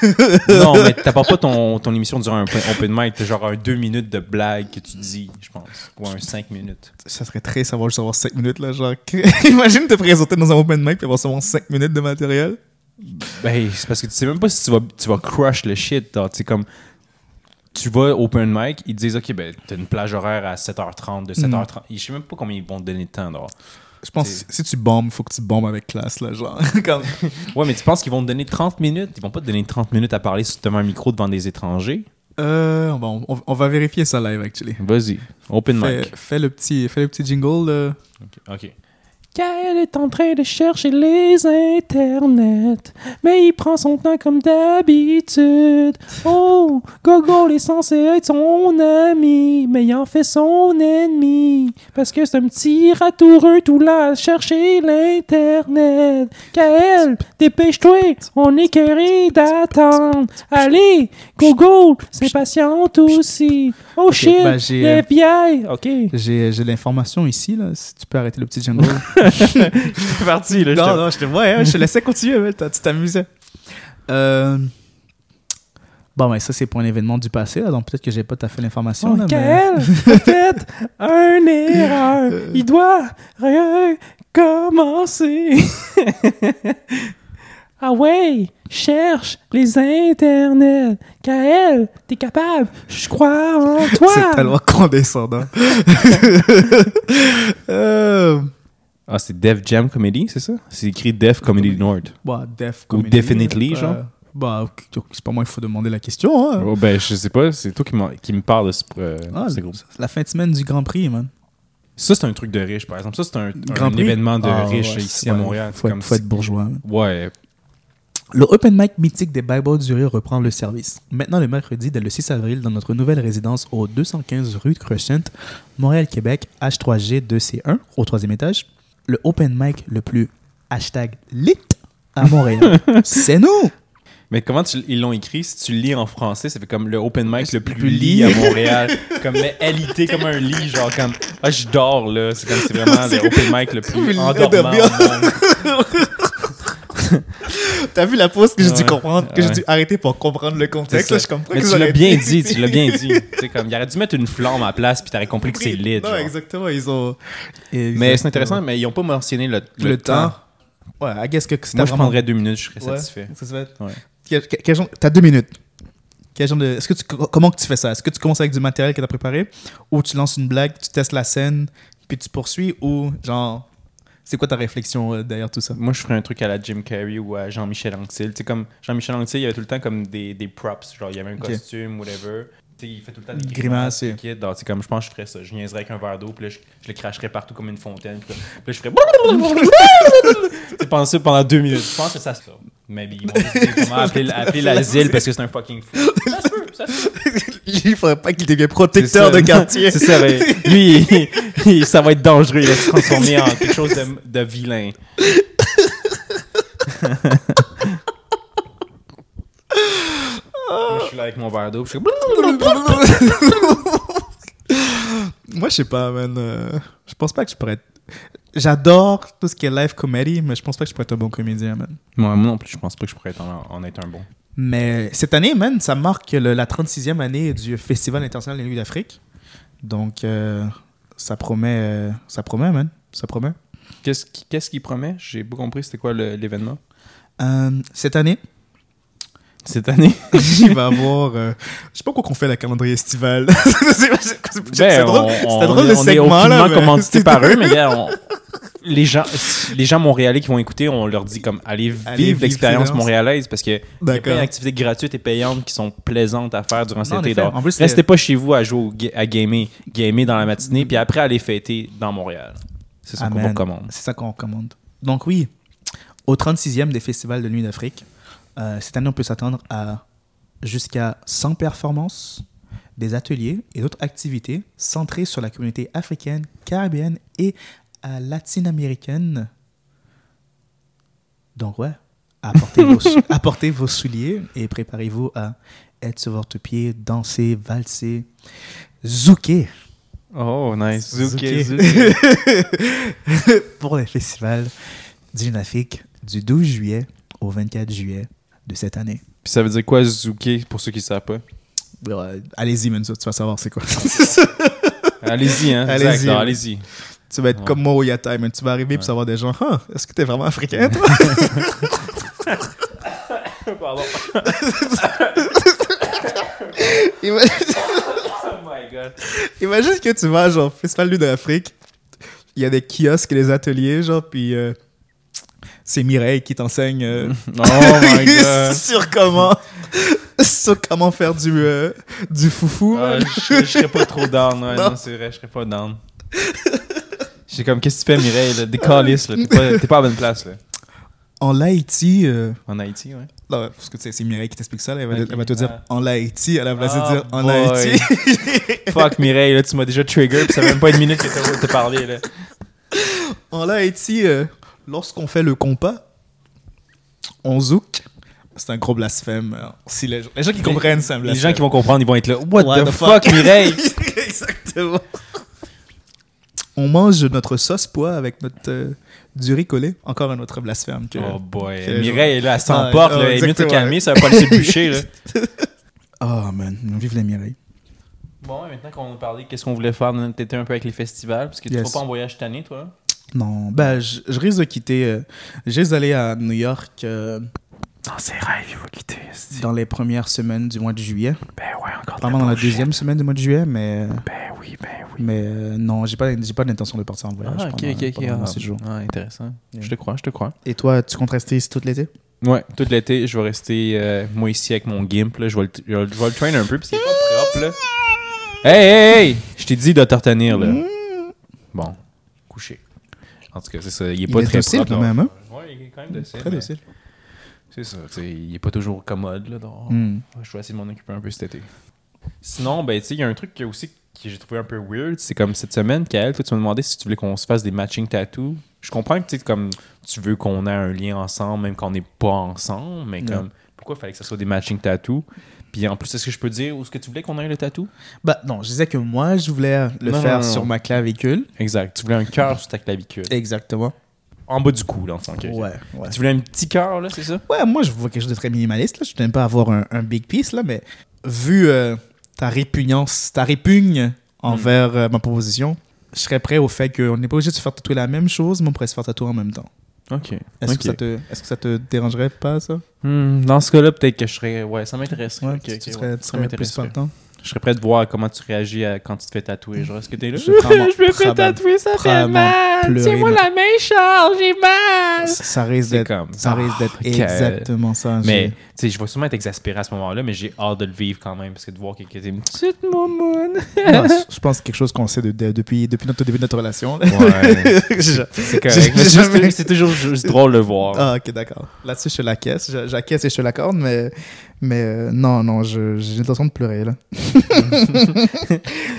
B: non, mais t'apportes pas ton, ton émission durant un open- open mic. T'as genre un deux minutes de blague que tu dis, je pense. Ou un cinq minutes.
A: ça serait très savoir juste avoir 5 minutes là genre imagine te présenter dans un open mic puis avoir seulement 5 minutes de matériel
B: Ben, c'est parce que tu sais même pas si tu vas, tu vas crush le shit. genre, Tu sais, comme. Tu vas open mic, ils te disent, OK, ben, t'as une plage horaire à 7h30, de 7h30. Je sais même pas combien ils vont te donner de temps, genre.
A: je pense
B: C'est-
A: que si tu bombes faut que tu bombes avec classe là genre comme
B: Ouais, mais tu penses qu'ils vont te donner 30 minutes? Ils vont pas te donner 30 minutes à parler sur- devant un micro devant des étrangers.
A: Euh, bon, on, on va vérifier ça live, actually.
B: Vas-y, open
A: Fais,
B: mic.
A: fais le petit, fais le petit jingle. euh.
B: OK.
C: Kael est en train de chercher les internets, mais il prend son temps comme d'habitude. Oh, Gogol est censé être son ami, mais il en fait son ennemi, parce que c'est un petit ratoureux tout là à chercher l'internet. Kael, dépêche-toi, on est curé d'attendre. Allez, Gogol, c'est patiente aussi. Oh shit,
A: ben, j'ai,
C: les vieilles. OK.
A: J'ai j'ai l'information ici, là, si tu peux arrêter le petit jingle.
B: C'est parti, là.
A: non, non, je te, ouais, ouais, je te laissais continuer, mais t'as- tu t'amusais. Euh, Bon, ben ça, c'est pour un événement du passé, là, donc peut-être que j'ai pas tout à fait l'information. là, mais-
C: Michael a fait une erreur.
A: Euh.
C: Il doit recommencer. ah ouais, cherche les internets. Kael, t'es capable. Je crois en toi.
A: C'est tellement condescendant. euh...
B: Ah, c'est Def Jam Comedy, c'est ça? C'est écrit Def Comedy Nord.
A: bah, def
B: Ou
A: comedy,
B: definitely,
A: euh,
B: genre?
A: Bah, c'est pas moi qu'il faut demander la question. hein.
B: Oh, ben, je sais pas, c'est toi qui, m'en- qui me parle de ce, euh,
A: Ah,
B: ce groupe.
A: c'est la fin de semaine du Grand Prix, man.
B: Ça, c'est un truc de riche, par exemple. Ça, c'est un,
A: Grand
B: un
A: Prix?
B: événement de
A: Ah,
B: riche
A: ouais,
B: ici
A: c'est-
B: à
A: ouais,
B: Montréal.
A: Faut, être-
B: Comme
A: faut
B: si-
A: être bourgeois. man.
B: Ouais.
A: Le open mic mythique des Bibles du Rire reprend le service. Maintenant le mercredi dès le 6 avril dans notre nouvelle résidence au 215 rue Crescent, Montréal-Québec, H3G2C1, au troisième étage. Le open mic le plus hashtag lit à Montréal. C'est nous!
B: Mais comment tu- ils l'ont écrit? Si tu lis en français, ça fait comme le open mic le plus
A: plus
B: lit
A: lit.
B: à Montréal. comme, mais alité comme un lit, genre comme, ah, je dors, là. C'est comme, c'est vraiment le open mic le
A: le
B: plus
A: lit
B: endormant.
A: de
B: au monde.
A: T'as vu la pause que
B: j'ai dû Ouais. comprendre, que j'ai Ouais. dû
A: arrêter pour comprendre le contexte?
B: C'est ça. Mais tu l'as bien dit, tu l'as bien dit. tu sais, comme, il aurait dû mettre une flamme à la place, puis t'aurais compris que c'est lit. genre.
A: exactement, ils ont.
B: Mais c'est intéressant, mais ils n'ont pas mentionné le,
A: Le,
B: le
A: temps. Ouais, I guess que c'était
B: Moi, je
A: vraiment-
B: prendrais deux minutes, je serais
A: Ouais,
B: satisfait.
A: ça se fait.
B: Ouais.
A: Quel- quel- quel genre- T'as deux minutes. Quel genre de... Est-ce que tu... Comment que tu fais ça? Est-ce que tu commences avec du matériel que t'as préparé ou tu lances une blague, tu testes la scène, puis tu poursuis ou genre... C'est quoi ta réflexion euh, derrière tout ça?
B: Moi, je ferais un truc à la Jim Carrey ou à Jean-Michel Anctil. Tu sais, comme Jean-Michel Anctil, il y avait tout le temps comme des, des props. Genre, il y avait un
A: Ok.
B: costume, whatever. Tu sais, il fait tout le temps des
A: Grimaces,
B: grimaces.
A: et-
B: des kits. Donc, tu sais, comme je pense que je ferais ça. Je niaiserais avec un verre d'eau, puis là, je, je le cracherais partout comme une fontaine. Puis là, puis là, je ferais. tu sais, pendant ça pendant deux minutes. Je pense que ça se fait. Maybe. Ils vont décider comment appeler, appeler l'asile parce que c'est un fucking fou. Ça se peut, ça se peut.
A: Il faudrait pas qu'il devienne
B: C'est ça. C'est ça, ben, lui, il- il- ça va être dangereux. Il va se transformer en quelque chose de, de vilain. Moi, je suis là avec mon verre d'eau. puis Je suis comme,
A: Moi, je sais pas, man. euh, Je pense pas que je pourrais être... J'adore tout ce qui est live comedy, mais je pense pas que je pourrais être un bon comédien, man.
B: Moi, moi non plus, je pense pas que je pourrais être en, en être un bon.
A: Mais cette année, man, ça marque le- la 36e année du Festival international des Nuits d'Afrique. Donc, euh, ça promet, euh, ça promet, man. Ça promet.
B: Qu'est-ce qui- qu'est-ce qu'il promet J'ai pas compris c'était quoi le- l'événement
A: Euh, cette année,
B: cette année.
A: il va avoir. euh, je sais pas quoi qu'on fait la calendrier estival. C'est- c'est- c'est c'est drôle,
B: Ben, on,
A: c'était drôle
B: on
A: le
B: est-
A: segment
B: on est
A: là.
B: aucunement
A: mais-
B: commandité par eux, mais gars, on- les gens, les gens montréalais qui vont écouter, on leur dit comme allez vivre,
A: Allez vivre
B: l'expérience
A: l'expérience.
B: montréalaise parce que il y a plein
A: D'accord.
B: d'activités gratuites et payantes qui sont plaisantes à faire durant
A: Non, en
B: cet été.
A: effet.
B: Donc,
A: En plus, c'est-
B: Restez pas chez vous à jouer au ga- à gamer, gamer dans la matinée, puis après aller fêter dans Montréal. C'est ça qu'on
A: Amen.
B: recommande.
A: C'est ça qu'on recommande. Donc oui, au 36e des festivals de Nuit d'Afrique, euh, cette année, on peut s'attendre à jusqu'à 100 performances, des ateliers et d'autres activités centrées sur la communauté africaine, caribéenne et euh, latino-américaine. Donc ouais, apportez vos, sou- apportez vos souliers et préparez-vous à être sur votre pied, danser, valser, zouker
B: Oh nice.
A: Zouké. pour le festival Dynamique du 12 juillet au 24 juillet de cette année.
B: Puis ça veut dire quoi Zouké pour ceux qui savent pas
A: Bon, euh, Allez-y, Menzo, tu vas savoir c'est quoi.
B: Allez-y hein.
A: Allez-y.
B: Allez-y. Allez-y.
A: tu vas être
B: Ouais.
A: comme moi au Yatai, mais tu vas arriver et
B: Ouais.
A: ça va des gens Ah, Est-ce que t'es vraiment africain, toi
B: Pardon.
A: Imagine
B: Oh my god.
A: imagine que tu vas, genre, Festival Lune d'Afrique, il y a des kiosques et des ateliers, genre, puis euh, c'est Mireille qui t'enseigne euh,
B: Oh my god.
A: sur comment sur comment faire du, euh, du foufou.
B: Ah,
A: man.
B: je, je serais pas trop down. Ouais,
A: Non.
B: non, c'est vrai, je serais pas down. J'ai comme, qu'est-ce que tu fais, Mireille? là? Des calices, là. T'es pas, t'es pas à bonne place, là.
A: En Laïti, euh,
B: En Haïti, ouais.
A: non, parce que tu sais, c'est Mireille qui t'explique ça, là, elle, va,
B: Ok,
A: elle va te dire
B: ah.
A: en Laïti à la place
B: Ah,
A: de dire en
B: boy.
A: Haïti.
B: Fuck, Mireille, là, tu m'as déjà trigger, pis ça fait même pas une minute que t'as t'as parlé, là.
A: en Haïti, euh, lorsqu'on fait le compas, on zouk. C'est un gros blasphème. Alors, si les, gens, les gens qui
B: Les-
A: comprennent, c'est un
B: Les
A: blasphème.
B: gens qui vont comprendre, ils vont être là. What,
A: What
B: the,
A: the
B: fuck, Mireille?
A: Exactement. On mange notre sauce pois avec notre euh, du riz collé. Encore un autre blasphème. Que...
B: Oh boy.
A: Ok,
B: Mireille, là, elle
A: Ah,
B: s'emporte,
A: ah,
B: là. Elle est mieux de se
A: exactement.
B: calmer, ça va pas laisser bûcher, là.
A: Oh, man, vive les Mireille.
B: Bon, ouais, maintenant qu'on a parlé, qu'est-ce qu'on voulait faire dans notre été un peu avec les festivals? Parce que tu
A: Yes.
B: vas pas en voyage cette année, toi?
A: Non, ben, je, je risque de quitter. euh, je risque d'aller à New York euh,
B: Non, c'est rêve, il va quitter.
A: dans les premières semaines du mois de juillet.
B: Ben ouais, encore
A: Probablement dans la deuxième semaine du mois de juillet, mais, euh,
B: Ben oui, ben oui.
A: mais euh, non, j'ai pas, j'ai pas l'intention de partir en voyage.
B: Ah, ok,
A: pendant-
B: ok, ok.
A: pendant
B: Ah,
A: ces jours.
B: ah, intéressant.
A: Yeah.
B: Je te crois, je te crois.
A: Et toi, tu comptes rester ici tout l'été
B: Ouais, tout l'été, je vais rester, euh, moi, ici avec mon Gimp. Là. Je, vais le, je, vais le- je vais le train un peu, parce qu'il est pas propre. Là. Hey, hey, hey! Je t'ai dit de te retenir,
A: Mm.
B: là. Bon, couché. En tout cas, c'est ça. Il est
A: Il
B: pas
A: est
B: très
A: docile,
B: propre.
A: quand
B: là.
A: même, hein?
B: Ouais, il est quand même docile.
A: Très
B: mais
A: docile.
B: C'est ça. tu sais, Il est pas toujours commode, là. dehors.
A: Hmm.
B: Ouais, Je vais essayer de m'en occuper un peu cet été. Sinon, ben, tu sais, il y a un truc que aussi que j'ai trouvé un peu weird. C'est comme cette semaine, Kael, toi, tu m'as demandé si tu voulais qu'on se fasse des matching tattoos. Je comprends que tu sais, comme tu veux qu'on ait un lien ensemble, même qu'on n'est pas ensemble, mais comme pourquoi il fallait que ce soit des matching tattoos? Puis en plus, est-ce que je peux dire où est-ce que tu voulais qu'on ait le tatou?
A: Bah, non, je disais que moi, je voulais le
B: Non,
A: faire
B: non, non,
A: sur
B: non.
A: ma clavicule.
B: Exact. Tu voulais un cœur sur ta clavicule.
A: Exactement.
B: En bas du cou, là, enfin. ok, ok.
A: Ouais, ouais.
B: Tu voulais un petit cœur, là, c'est ça?
A: Ouais, moi, je vois quelque chose de très minimaliste. Là. Je n'aime pas avoir un, un big piece, là, mais vu euh, ta répugnance, ta répugne
B: Hmm.
A: envers euh, ma proposition, je serais prêt au fait qu'on n'est pas obligé de se faire tatouer la même chose, mais on pourrait se faire tatouer en même temps.
B: Ok.
A: Est-ce
B: Ok.
A: que, ça te, est-ce que ça te dérangerait pas, ça
B: Hmm, dans ce cas-là, peut-être que je serais. Ouais, ça m'intéresserait.
A: Ouais,
B: Ok,
A: tu,
B: ok,
A: tu
B: ouais.
A: serais, tu
B: Ça
A: serais plus
B: m'intéresserait.
A: partant.
B: Je serais prêt de voir comment tu réagis à- quand tu te fais tatouer. Genre, est-ce que t'es là?
A: Je prends mon- probable-
C: ça
A: probablement pleurer, mais
C: main charge, j'ai mal.
A: ça- Ça risque
B: C'est
A: d'être,
B: comme.
A: ça risque d'être exactement ça. j'ai-
B: Mais, tu sais, je vais sûrement être exaspéré à ce moment-là, mais j'ai hâte de le vivre quand même, parce que de voir quelqu'un qui dit
C: Petite moumoune.
A: Non, je- je pense que c'est quelque chose qu'on sait de- de- depuis, depuis notre début de notre relation. là.
B: Ouais,
A: Je-
B: c'est
A: J'ai-
B: correct.
A: j'ai
B: Mais c'est
A: jamais-
B: juste- C'est toujours juste drôle de le voir.
A: Ah, ok, d'accord. Là-dessus, je suis la caisse. Je- J'acquiesce et je suis la corde, mais, mais euh, non, non, je- j'ai l'intention de pleurer, là.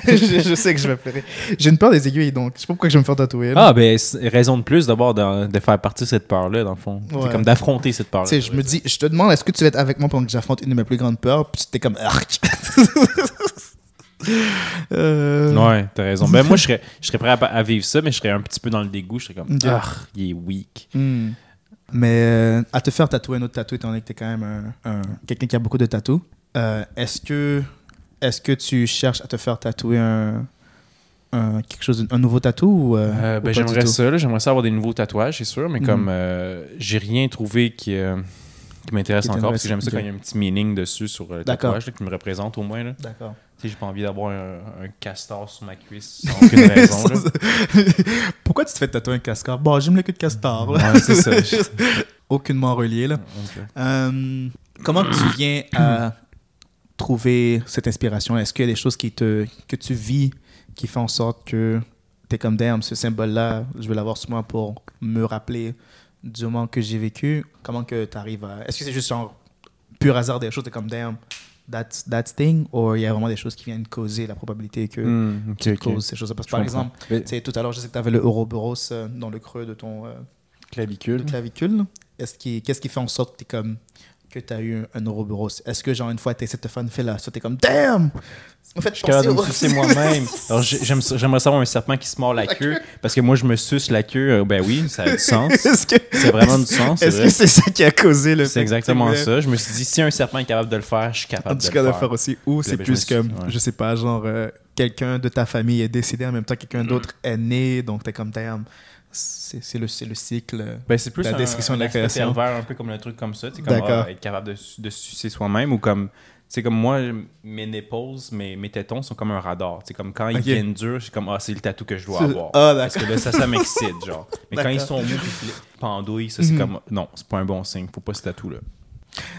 A: je, je sais que je vais pleurer. J'ai une peur des aiguilles, donc je sais pas pourquoi je vais me faire tatouer. là.
B: Ah, ben, c'est- raison de plus d'abord de, de faire partie de cette peur-là, dans le fond.
A: Ouais.
B: C'est comme d'affronter cette peur-là.
A: tu sais, je me dis, je te demande, est-ce que tu vas être avec moi pendant que j'affronte une de mes plus grandes peurs, puis t'es comme, arc. Euh,
B: Ouais, t'as raison. Ben, moi, je serais, je serais prêt à, à vivre ça, mais je serais un petit peu dans le dégoût. Je serais comme,
A: Ok.
B: ah, il est weak.
A: hmm. Mais euh, à te faire tatouer un autre tatou, étant donné que t'es quand même un, un- quelqu'un qui a beaucoup de tatous, euh, est-ce que est-ce que tu cherches à te faire tatouer un, un- quelque chose, un nouveau tatou ou, euh,
B: Euh,
A: ou
B: ben,
A: pas du
B: j'aimerais
A: tout?
B: ça, là. j'aimerais ça avoir des nouveaux tatouages, c'est sûr, mais
A: Mhm.
B: comme euh, j'ai rien trouvé qui, euh, qui m'intéresse
A: Qui
B: encore, parce que j'aime
A: t'intéresse,
B: ça quand
A: ok.
B: il y a un petit meaning dessus sur euh, le
A: D'accord.
B: tatouage là, qui me représente au moins. Là.
A: D'accord.
B: Tu sais, j'ai pas envie d'avoir un, un castor sur ma cuisse sans aucune raison. là.
A: Pourquoi tu te fais tatouer un castor Bon, j'aime le cul de castor. là.
B: Ouais, c'est ça. Je-
A: Aucunement relié là. Euh, comment tu viens à trouver cette inspiration Est-ce qu'il y a des choses qui te, que tu vis qui font en sorte que tu es comme damn, ce symbole-là, je veux l'avoir sur moi pour me rappeler du moment que j'ai vécu Comment que tu arrives à. Est-ce que c'est juste un pur hasard des choses Tu es comme damn, that's, that's thing Ou il y a vraiment des choses qui viennent causer la probabilité que
B: Hmm, ok,
A: tu
B: ok.
A: causes ces choses-là Parce que par
B: Je comprends.
A: exemple,
B: Mais-
A: tu sais, tout à l'heure, je sais que tu avais le Ouroboros euh, dans le creux de ton. euh,
B: clavicule.
A: de clavicule, est-ce qui, qu'est-ce qui fait en sorte que t'es comme que t'as eu un Ouroboros Est-ce que genre une fois t'es cette fan fait là, ça t'es comme damn En fait,
B: Je suis capable de me sucer moi-même. Alors, j'ai- j'aime ça- j'aimerais savoir un serpent qui se mord la queue, parce que moi, je me suce la queue. euh, Ben oui, ça a du sens.
A: Est-ce que
B: C'est vraiment du sens. c'est
A: est-ce
B: vrai.
A: que c'est ça qui a causé le
B: C'est
A: fait que tu
B: exactement
A: voulais-
B: ça. Je me suis dit, si un serpent est capable de le faire, je suis
A: En
B: capable de
A: tout
B: le
A: cas, de
B: faire.
A: faire aussi. Ou
B: Puis
A: c'est
B: ben, je
A: plus
B: me suis-
A: comme,
B: ouais.
A: je sais pas, genre, euh, quelqu'un de ta famille est décédé en même temps que quelqu'un d'autre est né, donc t'es comme, damn, c'est c'est le, c'est le cycle.
B: Ben, c'est plus
A: La
B: un-
A: description
B: un
A: de la
B: aspect
A: création.
B: pervers, un peu comme le truc comme ça. tu sais, comme
A: D'accord.
B: ah, être capable de, su- de sucer soi-même ou comme. C'est comme moi, mes nipples, mes, mes tétons sont comme un radar. C'est comme quand ils
A: Ok.
B: viennent durs, c'est comme ah c'est le tatou que je dois
A: C'est-
B: avoir.
A: Ah,
B: Parce que
A: d'accord.
B: là ça, ça m'excite genre. Mais quand ils
A: D'accord.
B: sont mous puis fli- pendouilles, ça c'est
A: Mhm.
B: comme non, c'est pas un bon signe. Faut pas ce tatou là.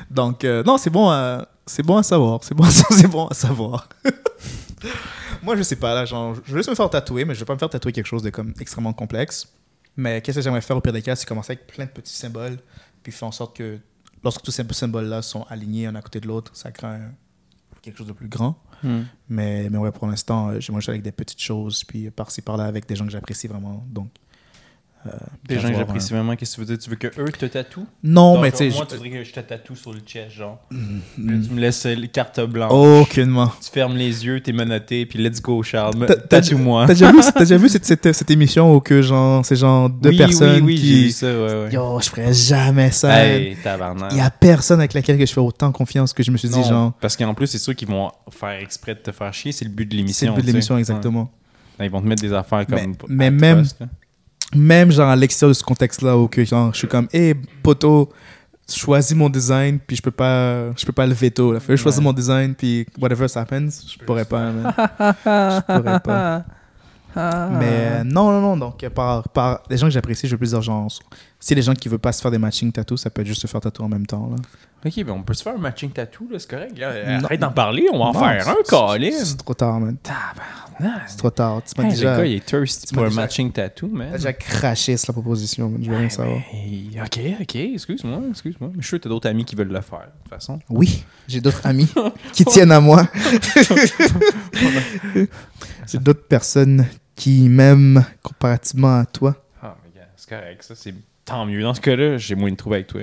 A: Donc, euh, non, c'est bon. euh, C'est bon à savoir. C'est bon, à sa- c'est bon à savoir. Moi, je sais pas. Là, genre, je veux juste me faire tatouer, mais je vais pas me faire tatouer quelque chose de comme extrêmement complexe. Mais qu'est-ce que j'aimerais faire au pire des cas, c'est commencer avec plein de petits symboles, puis faire en sorte que lorsque tous ces symboles-là sont alignés un à côté de l'autre, ça crée un- quelque chose de plus grand.
B: Hmm.
A: Mais, mais ouais, pour l'instant, euh, j'ai- moi, je suis avec des petites choses, puis euh, par-ci, par-là, avec des gens que j'apprécie vraiment. Donc, euh,
B: Des gens que
A: d'avoir
B: j'apprécie vraiment, qu'est-ce que tu veux dire? Tu veux que eux te tatouent?
A: un- Non,
B: Genre,
A: mais tu
B: genre,
A: sais.
B: Moi,
A: je-
B: hein. tu voudrais que je te Mm-hmm. tatoue sur le chest, genre. Là, Tu me laisses euh, les cartes blanches.
A: Aucunement.
B: Tu fermes les yeux, t'es menotté, puis let's go, Charles. me-
A: T'as- t'as-
B: Tatoue-moi.
A: T'as déjà vu, t'as déjà vu cette, cette, cette émission où que genre, c'est genre deux
B: Oui,
A: personnes
B: oui, oui, j'ai vu
A: qui.
B: ça, ouais, ouais.
A: Yo, je ferais jamais ça.
B: Hey,
A: Il y a personne avec laquelle que je fais autant confiance que je me suis dit, genre,
B: Parce qu'en plus, c'est ceux qui vont faire exprès de te faire chier. C'est le but de
A: c'est
B: l'émission.
A: le but de
B: tu sais.
A: l'émission, exactement.
B: Ouais. Ils vont te mettre des affaires comme.
A: mais
B: atroces,
A: même-
B: là.
A: Même genre à l'extérieur de ce contexte-là où que, genre, je suis comme, hé, poteau, choisis mon design, puis je peux pas, je peux pas le veto. Là. Fait que Je choisis
B: Ouais.
A: mon design, puis whatever ça happens, je pourrais pas. man. je pourrais pas. Mais euh, non, non, non. Donc, euh, par, par les gens que j'apprécie, je veux plusieurs gens. Si les gens qui veulent pas se faire des matching tattoos, ça peut être juste se faire tatouer en même temps. Là.
B: Ok, ben on peut se faire un matching tattoo, là, c'est correct. là.
A: Non.
B: Arrête d'en parler, on va en
A: Non,
B: faire
A: c'est-
B: un,
A: c'est-
B: Colin. Ah,
A: C'est trop tard, man.
B: Tabarnak.
A: C'est trop tard. Tu m'as
B: Hey,
A: déjà,
B: Le gars, il est thirsty
A: tu m'as
B: pour un
A: déjà-
B: matching tattoo, man.
A: t'as déjà craché sur la proposition, man. Je veux rien
B: Ah, Ouais,
A: savoir.
B: mais- Ok, ok, excuse-moi, excuse-moi. Mais je suis sûr que t'as d'autres amis qui veulent le faire, de toute façon.
A: Oui, j'ai d'autres amis qui tiennent à moi. j'ai d'autres personnes qui m'aiment comparativement à toi.
B: Ah, mais gars, c'est correct, ça, c'est tant mieux. Dans ce cas-là, j'ai moins de troubles avec toi.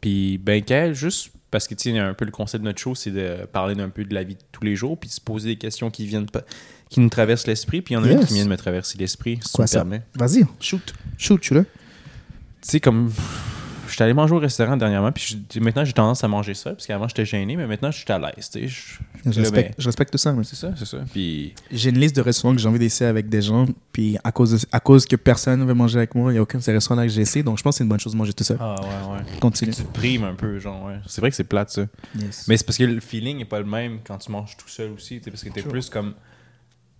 B: Puis, ben, qu'elle, juste parce que, tu sais, un peu le concept de notre show, c'est de parler d'un peu de la vie de tous les jours, puis de se poser des questions qui viennent pas- qui nous traversent l'esprit, puis il y en a une
A: Yes.
B: qui vient de me traverser l'esprit, si tu
A: Quoi
B: me
A: ça?
B: permets.
A: Vas-y,
B: Shoot.
A: shoot, tu le.
B: tu sais, comme. Je suis allé manger au restaurant dernièrement, puis je- maintenant j'ai tendance à manger ça, parce qu'avant j'étais gêné, mais maintenant je suis à l'aise, tu sais. je- je-
A: Je
B: là, ben,
A: respecte, je respecte tout ça, man.
B: C'est ça, c'est ça. Puis.
A: J'ai une liste de restaurants que j'ai envie d'essayer avec des gens, puis à cause, de- à cause que personne ne veut manger avec moi, il n'y a aucun de ces restaurants-là que j'ai essayé, donc je pense que c'est une bonne chose de manger tout seul.
B: Ah ouais, ouais.
A: Continue.
B: Tu te primes un peu, genre, ouais. C'est vrai que c'est plate, ça.
A: Yes.
B: Mais c'est parce que le feeling n'est pas le même quand tu manges tout seul aussi, tu sais, parce que t'es plus comme.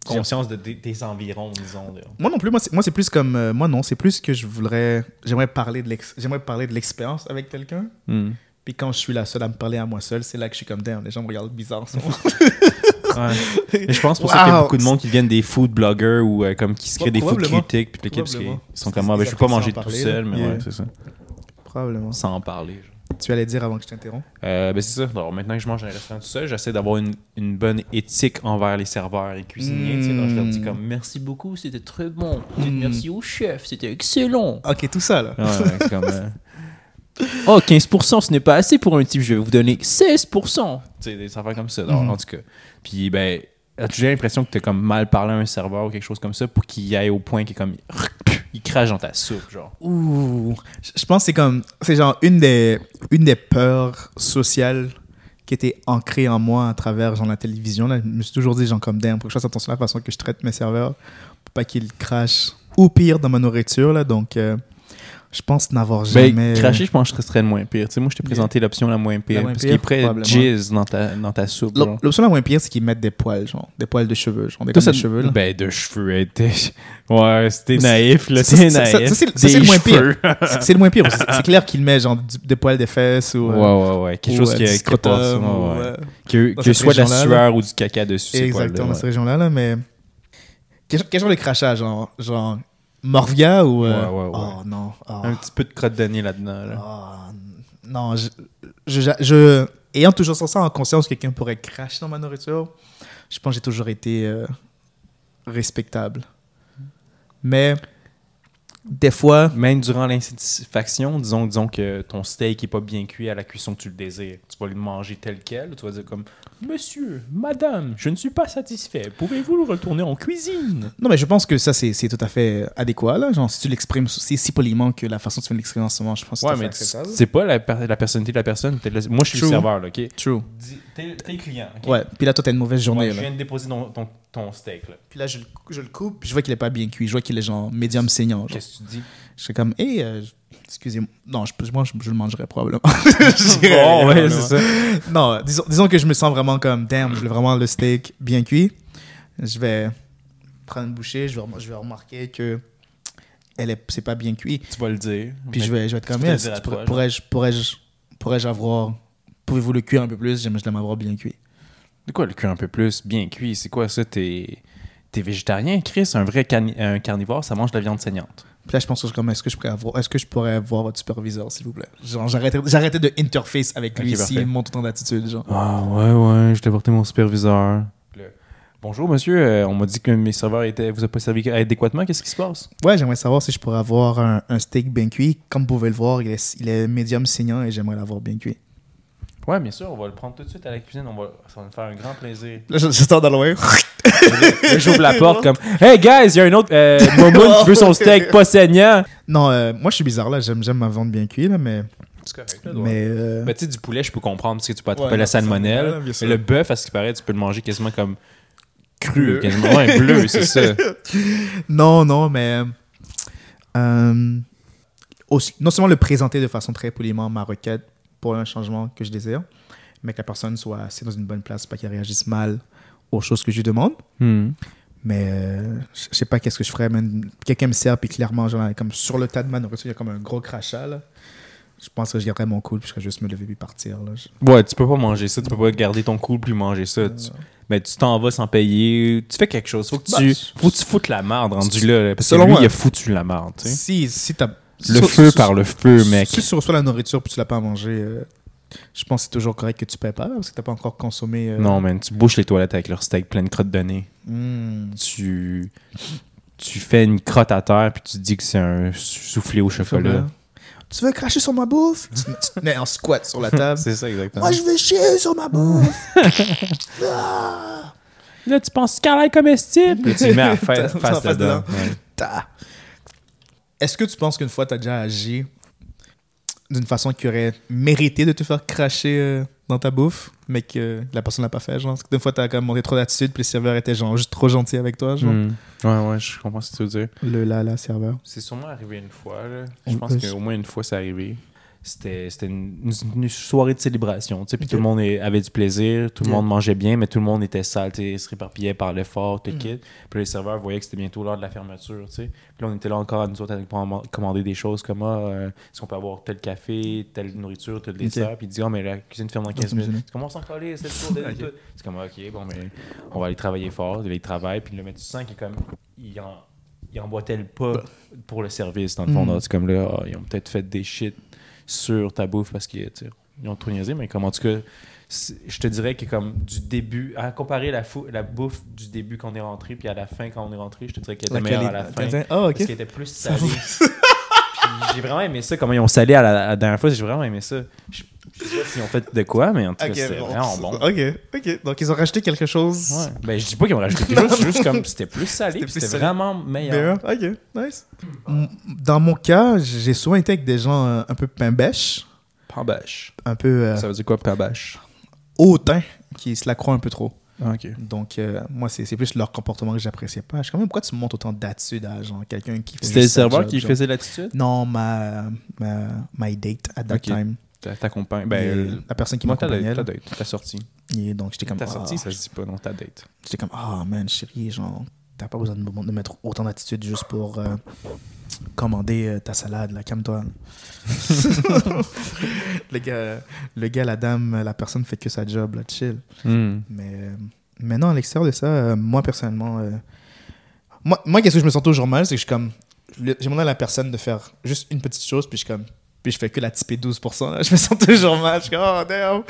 B: Conscience de tes- tes environs, disons. là.
A: Moi non plus, moi c'est, moi, c'est plus comme. euh, moi non, c'est plus que je voudrais. J'aimerais parler, de l'ex- j'aimerais parler de l'expérience avec quelqu'un,
B: Hmm.
A: puis quand je suis la seule à me parler à moi seul, c'est là que je suis comme damn, les gens me regardent bizarre en ce moment.
B: Ouais. Et je pense pour ça qu'il y a
A: Wow.
B: beaucoup de monde qui viennent des food bloggers ou euh, comme qui se créent des food
A: Probablement.
B: critiques, puis tout le kit, parce qu'ils
A: Probablement.
B: sont
A: Parce
B: comme, ah, ben,
A: qu'ils
B: je peux pas
A: apprécient
B: manger
A: en
B: tout
A: parler,
B: seul,
A: là.
B: mais ouais,
A: Yeah.
B: c'est ça.
A: Probablement.
B: Sans en parler, genre.
A: Tu allais dire avant que je t'interromps
B: Euh, ben c'est ça. Alors, maintenant que je mange dans un restaurant tout seul, j'essaie d'avoir une, une bonne éthique envers les serveurs et cuisiniers.
A: Mm.
B: tu sais. Donc, je leur dis comme merci beaucoup, c'était très bon.
A: Mm.
B: Merci au chef, c'était excellent.
A: Ok, tout ça là.
B: Ouais, ouais, c'est comme. euh, Oh, 15%, ce n'est pas assez pour un type, je vais vous donner 16%. Tu sais, des affaires comme ça, non, en tout cas. Puis, ben, as-tu déjà l'impression que t'as comme mal parlé à un serveur ou quelque chose comme ça pour qu'il aille au point qu'il est comme. Il crache dans ta soupe, genre.
A: Ouh. Je je pense que c'est comme. C'est genre une des, une des peurs sociales qui était ancrée en moi à travers genre, la télévision. Là, je me suis toujours dit, genre, comme damn, pour que je fasse attention à la façon que je traite mes serveurs pour pas qu'ils crachent ou pire dans ma nourriture. Là, donc, euh, je pense n'avoir
B: Ben,
A: jamais.
B: cracher, je pense que je serait le moins pire. Tu sais, moi, je t'ai présenté l'option la moins pire.
A: La moins
B: parce
A: pire,
B: qu'il est prêt
A: probablement.
B: jizz dans ta, dans ta soupe.
A: L'op-
B: genre.
A: L'option la moins pire, c'est qu'ils mettent des poils, genre, des poils de cheveux, genre, des,
B: Toi,
A: gommes
B: ça-
A: de cheveux. là.
B: Ben, de cheveux. hey, t'es- Ouais, c'était
A: Ça,
B: naïf, là.
A: ça,
B: C'était
A: ça,
B: naïf.
A: ça, ça, c'est- ça,
B: Des
A: c'est le moins
B: cheveux.
A: C'est- C'est le moins pire. C'est c'est clair qu'ils mettent, genre, du- des poils des fesses ou.
B: Ouais,
A: euh,
B: ouais, ouais. Quelque
A: ou,
B: chose
A: euh,
B: qui
A: du
B: est
A: scrotum, ou,
B: ouais.
A: euh,
B: Que,
A: dans
B: que
A: cette
B: soit de la
A: région-là,
B: sueur ou du caca dessus. c'est quoi, là,
A: Exactement, dans
B: ouais.
A: cette région-là, là, mais. Quel, quel genre de crachat Genre, genre Morvia ou. euh,
B: Ouais, ouais, ouais.
A: Oh non. Oh,
B: Un petit peu de crotte de nez là-dedans. là.
A: oh, non, je, je, je- je- Ayant toujours ça en conscience que quelqu'un pourrait cracher dans ma nourriture, je pense que j'ai toujours été euh, respectable. Mais. Des fois.
B: Même durant l'insatisfaction, disons, disons que ton steak est pas bien cuit à la cuisson que tu le désires. Tu vas le manger tel quel. Tu vas dire comme Monsieur, Madame, je ne suis pas satisfait. Pouvez-vous le retourner en cuisine
A: Non, mais je pense que ça, c'est c'est tout à fait adéquat. Là. Genre, si tu l'exprimes si, si poliment que la façon dont tu viens de l'exprimer en ce moment, je pense que c'est
B: Ouais,
A: tout à
B: mais
A: fait acceptable.
B: c'est pas la, per- la personnalité de la personne. T'es le- Moi, je suis
A: True.
B: le serveur, là, ok
A: True.
B: Dis- T'es t'es le client. ok?
A: Ouais, puis là, toi, t'as une mauvaise journée.
B: Ouais, je
A: là.
B: viens de déposer ton, ton, ton steak. Là.
A: Puis là, je le, cou- je le coupe, puis je vois qu'il est pas bien cuit. Je vois qu'il est genre médium saignant. genre.
B: Qu'est-ce que tu dis
A: Je suis comme, hé, excusez-moi. Non, je, je, moi, je, je le mangerai probablement. Je dirais rien,
B: Bon, ouais,
A: probablement.
B: c'est ça.
A: Non, disons, disons que je me sens vraiment comme, damn, je veux vraiment le steak bien cuit. Je vais prendre une bouchée, je vais, rem- je vais remarquer que elle est, c'est pas bien cuit.
B: Tu vas le dire.
A: Puis
B: Mais
A: je vais, je vais être comme,
B: peux te
A: eh,
B: le dire à
A: pourrais-
B: toi, genre.
A: pourrais-je pourrais-je pourrais-je avoir Pouvez-vous le cuire un peu plus J'aime- Je l'aime avoir bien cuit.
B: De quoi le cuir un peu plus bien cuit? C'est quoi ça? T'es t'es végétarien, Chris? Un vrai carni- un carnivore, ça mange de la viande saignante.
A: Puis là, je pense que je suis comme, est-ce que je pourrais avoir, est-ce que je pourrais avoir votre superviseur, s'il vous plaît? Genre, j'arrêtais, j'arrêtais de interface avec lui
B: Ok, parfait.
A: s'il monte autant d'attitude, genre.
B: Ah ouais, ouais, je t'ai porté mon superviseur. Bonjour monsieur, euh, on m'a dit que mes serveurs étaient, vous a pas servi adéquatement, qu'est-ce qui se passe?
A: Ouais, j'aimerais savoir si je pourrais avoir un, un steak bien cuit. Comme vous pouvez le voir, il est, il est médium saignant et j'aimerais l'avoir bien cuit.
B: Ouais, bien sûr, on va le prendre tout de suite à la cuisine, on va, ça va nous faire un grand plaisir.
A: Là, je- j'entends dans l'oreille.
B: Là, J'ouvre la porte comme Hey guys, il y a un autre euh, Momoun qui veut son steak pas saignant.
A: Non, euh, moi, je suis bizarre, là. J'aime, j'aime ma viande bien cuite, là, mais.
B: C'est correct, là,
A: mais euh,
B: Ben, tu sais, du poulet, je peux comprendre parce que tu peux attraper
A: Ouais,
B: la
A: la
B: salmonelle.
A: salmonelle, bien sûr.
B: Mais le bœuf, à ce qui paraît, tu peux le manger quasiment comme cru, quasiment. Ouais, bleu, c'est ça.
A: Non, non, mais. euh, aussi- non seulement le présenter de façon très poliment, ma requête pour un changement que je désire, mais que la personne soit assise dans une bonne place, pas qu'elle réagisse mal aux choses que je lui demande.
B: Hmm.
A: Mais euh, je je sais pas qu'est-ce que je ferais. Même quelqu'un me sert, puis clairement, genre, comme sur le tas de ma nourriture, il y a comme un gros crachat. là. Je pense que je garderais mon cool, puis je serais juste me lever puis partir. Là. Je-
B: Ouais, tu peux pas manger ça, tu peux pas garder ton cool puis manger ça. Tu- Mais tu t'en vas sans payer, tu fais quelque chose. Faut que tu,
A: Bah,
B: faut que tu foutes la marde rendu là. là, Parce que
A: selon
B: lui,
A: moi-
B: il a foutu la marde. tu sais.
A: Si, si t'as.
B: Le
A: sur-
B: feu
A: sur-
B: par le feu, mec.
A: Si tu reçois la nourriture, puis tu l'as pas mangé, euh, je pense que c'est toujours correct que tu payes pas, parce que t'as pas encore consommé. euh,
B: Non, man, tu bouches les toilettes avec leur steak plein de crottes de nez.
A: hmm.
B: tu, tu fais une crotte à terre puis tu dis que c'est un sou- soufflé au
A: ben.
B: chocolat.
A: Tu veux cracher sur ma bouffe Tu te- tu te mets en squat sur la table.
B: ça, exactement.
A: Moi, je vais chier sur ma bouffe. Ah,
C: Là, tu penses Scarlet comestible?
B: Puis tu le mets à fa-
A: T'as- t'as
B: face
A: en face
B: dedans.
A: dedans.
B: Ouais.
A: ta. Est-ce que tu penses qu'une fois, t'as déjà agi d'une façon qui aurait mérité de te faire cracher euh, dans ta bouffe, mais que la personne l'a pas fait, genre? Parce que D'une fois, t'as quand même montré trop d'attitude, puis le serveur était genre juste trop gentil avec toi, genre?
B: Mm. Ouais, ouais, je comprends ce que tu veux dire.
A: Le là, là, serveur.
B: C'est sûrement arrivé une fois. là.
A: Oui,
B: Je pense
A: oui.
B: qu'au moins une fois, c'est arrivé. C'était c'était une, une- une soirée de célébration. tu sais, Puis tout le monde est- avait du plaisir, tout le
A: Yeah.
B: monde mangeait bien, mais tout le monde était sale. tu sais, Ils se réparpillaient par l'effort, tout le
A: Mm.
B: kit. Puis les serveurs voyaient que c'était bientôt l'heure de la fermeture. tu sais. Puis là, on était là encore, nous autres, à com- commander des choses comme ah, euh, est-ce qu'on peut avoir tel café, telle nourriture, tel dessert. Puis ils disaient, Ah, mais la cuisine ferme dans 15
A: minutes.
B: minutes. Comment on s'en calait, c'est le tour de- de- C'est comme, ok, bon, mais on va aller travailler fort, il aller travailler, puis le maître du sang qui est comme, il, en, il emboîtait le pas pour le service, dans le fond.
A: Mm.
B: là. C'est comme là, Ah, ils ont peut-être fait des shit sur ta bouffe parce qu'ils tu sais, ils ont trop niaisé, mais comme en tout cas, c'est- je te dirais que comme du début, à comparer la, fou- la bouffe du début quand on est rentré, puis à la fin quand on est rentré, je te dirais qu'elle était meilleure à la fin.
A: Ah, ok.
B: Parce qu'elle était plus salée. Puis j'ai vraiment aimé ça, comment ils ont salé à la, à la dernière fois. J'ai vraiment aimé ça. Je, je sais pas s'ils ont fait de quoi, mais en tout cas,
A: Ok,
B: c'était
A: bon.
B: vraiment bon.
A: Ok, ok. Donc, ils ont racheté quelque chose
B: Ouais. Ben, je dis pas qu'ils ont rajouté quelque chose, c'est juste comme c'était plus salé,
A: C'était
B: puis
A: plus
B: c'était
A: salé.
B: vraiment meilleur.
A: Meilleur. Ok, nice.
B: Mm,
A: M- Dans mon cas, j'ai souvent été avec des gens euh, un peu pimbèches,
B: Pambâche.
A: un peu euh,
B: veut dire quoi, pambâche?
A: hautains, qui se la croient un peu trop.
B: Ah, Ok.
A: Donc, euh, moi, c'est c'est plus leur comportement que j'appréciais pas. Je suis quand même, pourquoi tu montes autant d'attitude à genre, quelqu'un qui fait
B: C'était le
A: juste sa
B: serveur
A: job,
B: qui
A: genre?
B: faisait l'attitude?
A: Non, ma, ma, my date at that
B: Ok.
A: time.
B: T'accompagnes.
A: Et
B: Ben,
A: la personne qui
B: moi, ta
A: m'accompagnait.
B: date, ta
A: là.
B: date, ta sortie.
A: Et donc, j'étais comme,
B: Ta
A: ah,
B: sortie, ça se dit pas, non, ta date.
A: j'étais comme, ah, man, chérie, genre, t'as pas besoin de, me- de mettre autant d'attitude juste pour euh, commander euh, ta salade, là, calme-toi. le, gars, le gars, la dame, la personne fait que sa job, là, chill.
B: Hmm.
A: Mais, euh, mais non, à l'extérieur de ça, euh, moi personnellement, euh, moi, moi qu'est-ce que je me sens toujours mal, c'est que je suis comme, le- j'ai demandé à la personne de faire juste une petite chose, puis je suis comme, puis je fais que la typée 12%, là. je me sens toujours mal, je suis comme, oh damn.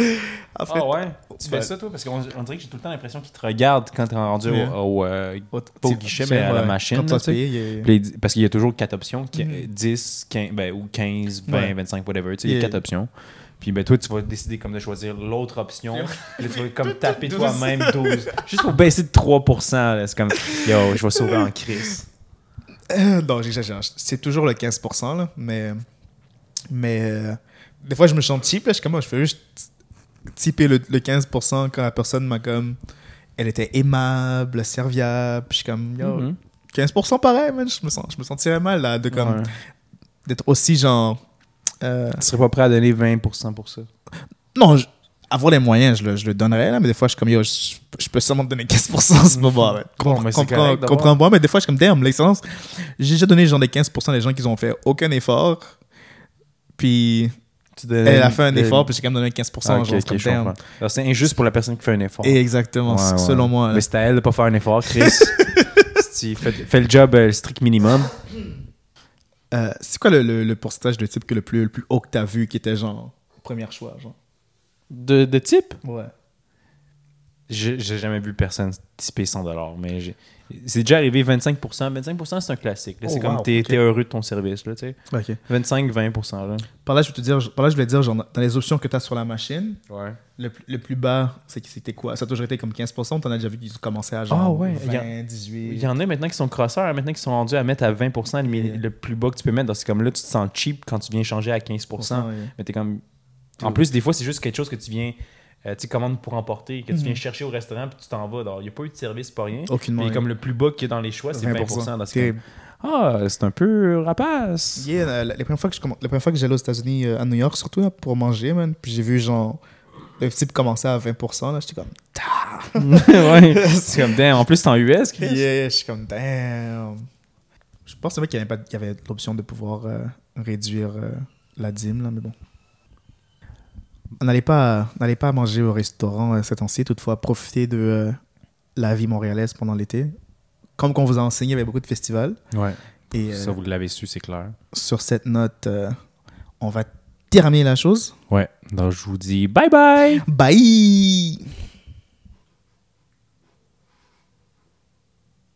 A: Après,
B: Ah ouais? Tu fais
A: Ouais.
B: ça, toi? Parce qu'on on dirait que j'ai tout le temps l'impression qu'ils te regardent quand t'es rendu
A: Ouais.
B: au. au, euh,
A: au-
B: au
A: tu-
B: guichet,
A: tu
B: mais
A: sais,
B: à la
A: ouais,
B: machine,
A: Quand
B: là,
A: tu vas
B: tu sais.
A: payer, il y a-
B: Puis il- Parce qu'il y a toujours quatre options, qui-
A: Mm.
B: 10, 15, ben, ou 15, 20,
A: Ouais.
B: 25, whatever. Tu sais, il y a
A: Yeah.
B: quatre options. Puis ben, toi, tu vas décider comme de choisir l'autre option. Puis là, tu vas comme taper toi-même 12. Juste pour baisser de 3%. là. C'est comme, yo, je vais sauver en crise.
A: non, j'exagère. C'est toujours le 15%, là, mais. Mais. euh, des fois, je me sens cheap, là. Je suis comme, oh, je fais juste typer le, le 15% quand la personne m'a comme. Elle était aimable, serviable. puis Je suis comme, yo, 15% pareil, man. Je me, sens, je me sentirais mal, là, de comme. D'être aussi, genre. euh,
B: Tu serais pas prêt à donner 20% pour ça.
A: non, je- avoir les moyens, je le, je le donnerais, là, mais des fois, je suis comme, yo, je, je peux seulement te donner 15% en ce moment, ouais.
B: Bon, mais c'est correct
A: Comprends-
B: d'avoir-
A: Comprends-moi, mais des fois, je suis comme, damn, l'excellence. J'ai déjà donné genre des 15% des gens qui ont fait aucun effort, puis
B: Tu donnes-
A: Elle a fait un
B: donnes-
A: effort, puis j'ai quand même donné 15%.
B: Ah, ok,
A: genre, c'est
B: ok,
A: comme
B: je
A: damn.
B: comprends. Alors, C'est injuste pour la personne qui fait un effort.
A: Et exactement,
B: Ouais,
A: s-
B: ouais.
A: selon moi. euh, là.
B: Mais c'est à elle de pas faire un effort, Chris. Si, fais, fais le job euh, le strict minimum.
A: Euh, c'est quoi le, le- le pourcentage de type que le plus, le plus haut que t'as vu qui était genre premier choix, genre?
C: De, de type
A: Ouais.
B: J'ai j'ai jamais vu personne typer 100$, mais j'ai- c'est déjà arrivé 25%. 25%, c'est un classique. là.
A: Oh,
B: C'est comme
A: wow,
B: t'es
A: ok.
B: t'es heureux de ton service. Là, tu sais.
A: Ok.
B: 25-20%. là.
A: Par là, je veux te dire, je- par là, je voulais dire, genre, dans les options que t'as sur la machine,
B: Ouais.
A: le, plus- le plus bas, c'est- c'était quoi? Ça a toujours été comme 15%, t'en as déjà vu qui ont commencé à genre
B: Ah ouais, y
A: 20, 18...
B: Il y en a maintenant qui sont crosseurs, maintenant qui sont rendus à mettre à 20% le, mi-
A: Yeah.
B: le plus bas que tu peux mettre. Donc, C'est comme là, tu te sens cheap quand tu viens changer à 15%.
A: ouais.
B: Mais t'es comme.
A: Ouais.
B: En plus, des fois, c'est juste quelque chose que tu viens. euh, tu sais, commandes pour emporter, que tu viens
A: Mhm.
B: chercher au restaurant, puis tu t'en vas. Il n'y a pas eu de service, pas rien.
A: Aucunement.
B: Puis comme le plus bas qu'il y a dans les choix, c'est 20%. dans ce cas.
A: Terrible.
B: Ah, c'est un peu rapace.
A: Yeah, euh, la, la- la première fois que je comm- la première fois que j'allais aux États-Unis euh, à New York surtout là, pour manger man, puis j'ai vu genre le type commencer à 20% là, j'étais comme
B: ouais. C'est comme, damn, en plus, c'est en US, Chris.
A: yeah, je suis comme damn. Je pense vrai qu'il y avait pas qu'il y avait l'option de pouvoir euh, réduire euh, la dîme là, mais bon. N'allez pas n'allez pas manger au restaurant euh, ces temps-ci, toutefois profitez de euh, la vie montréalaise pendant l'été. Comme qu'on vous a enseigné, il y avait beaucoup de festivals
B: Ouais.
A: et euh,
B: Ça, vous l'avez su, c'est clair.
A: sur cette note euh, on va terminer la chose.
B: Ouais. Donc, je vous dis bye bye.
A: Bye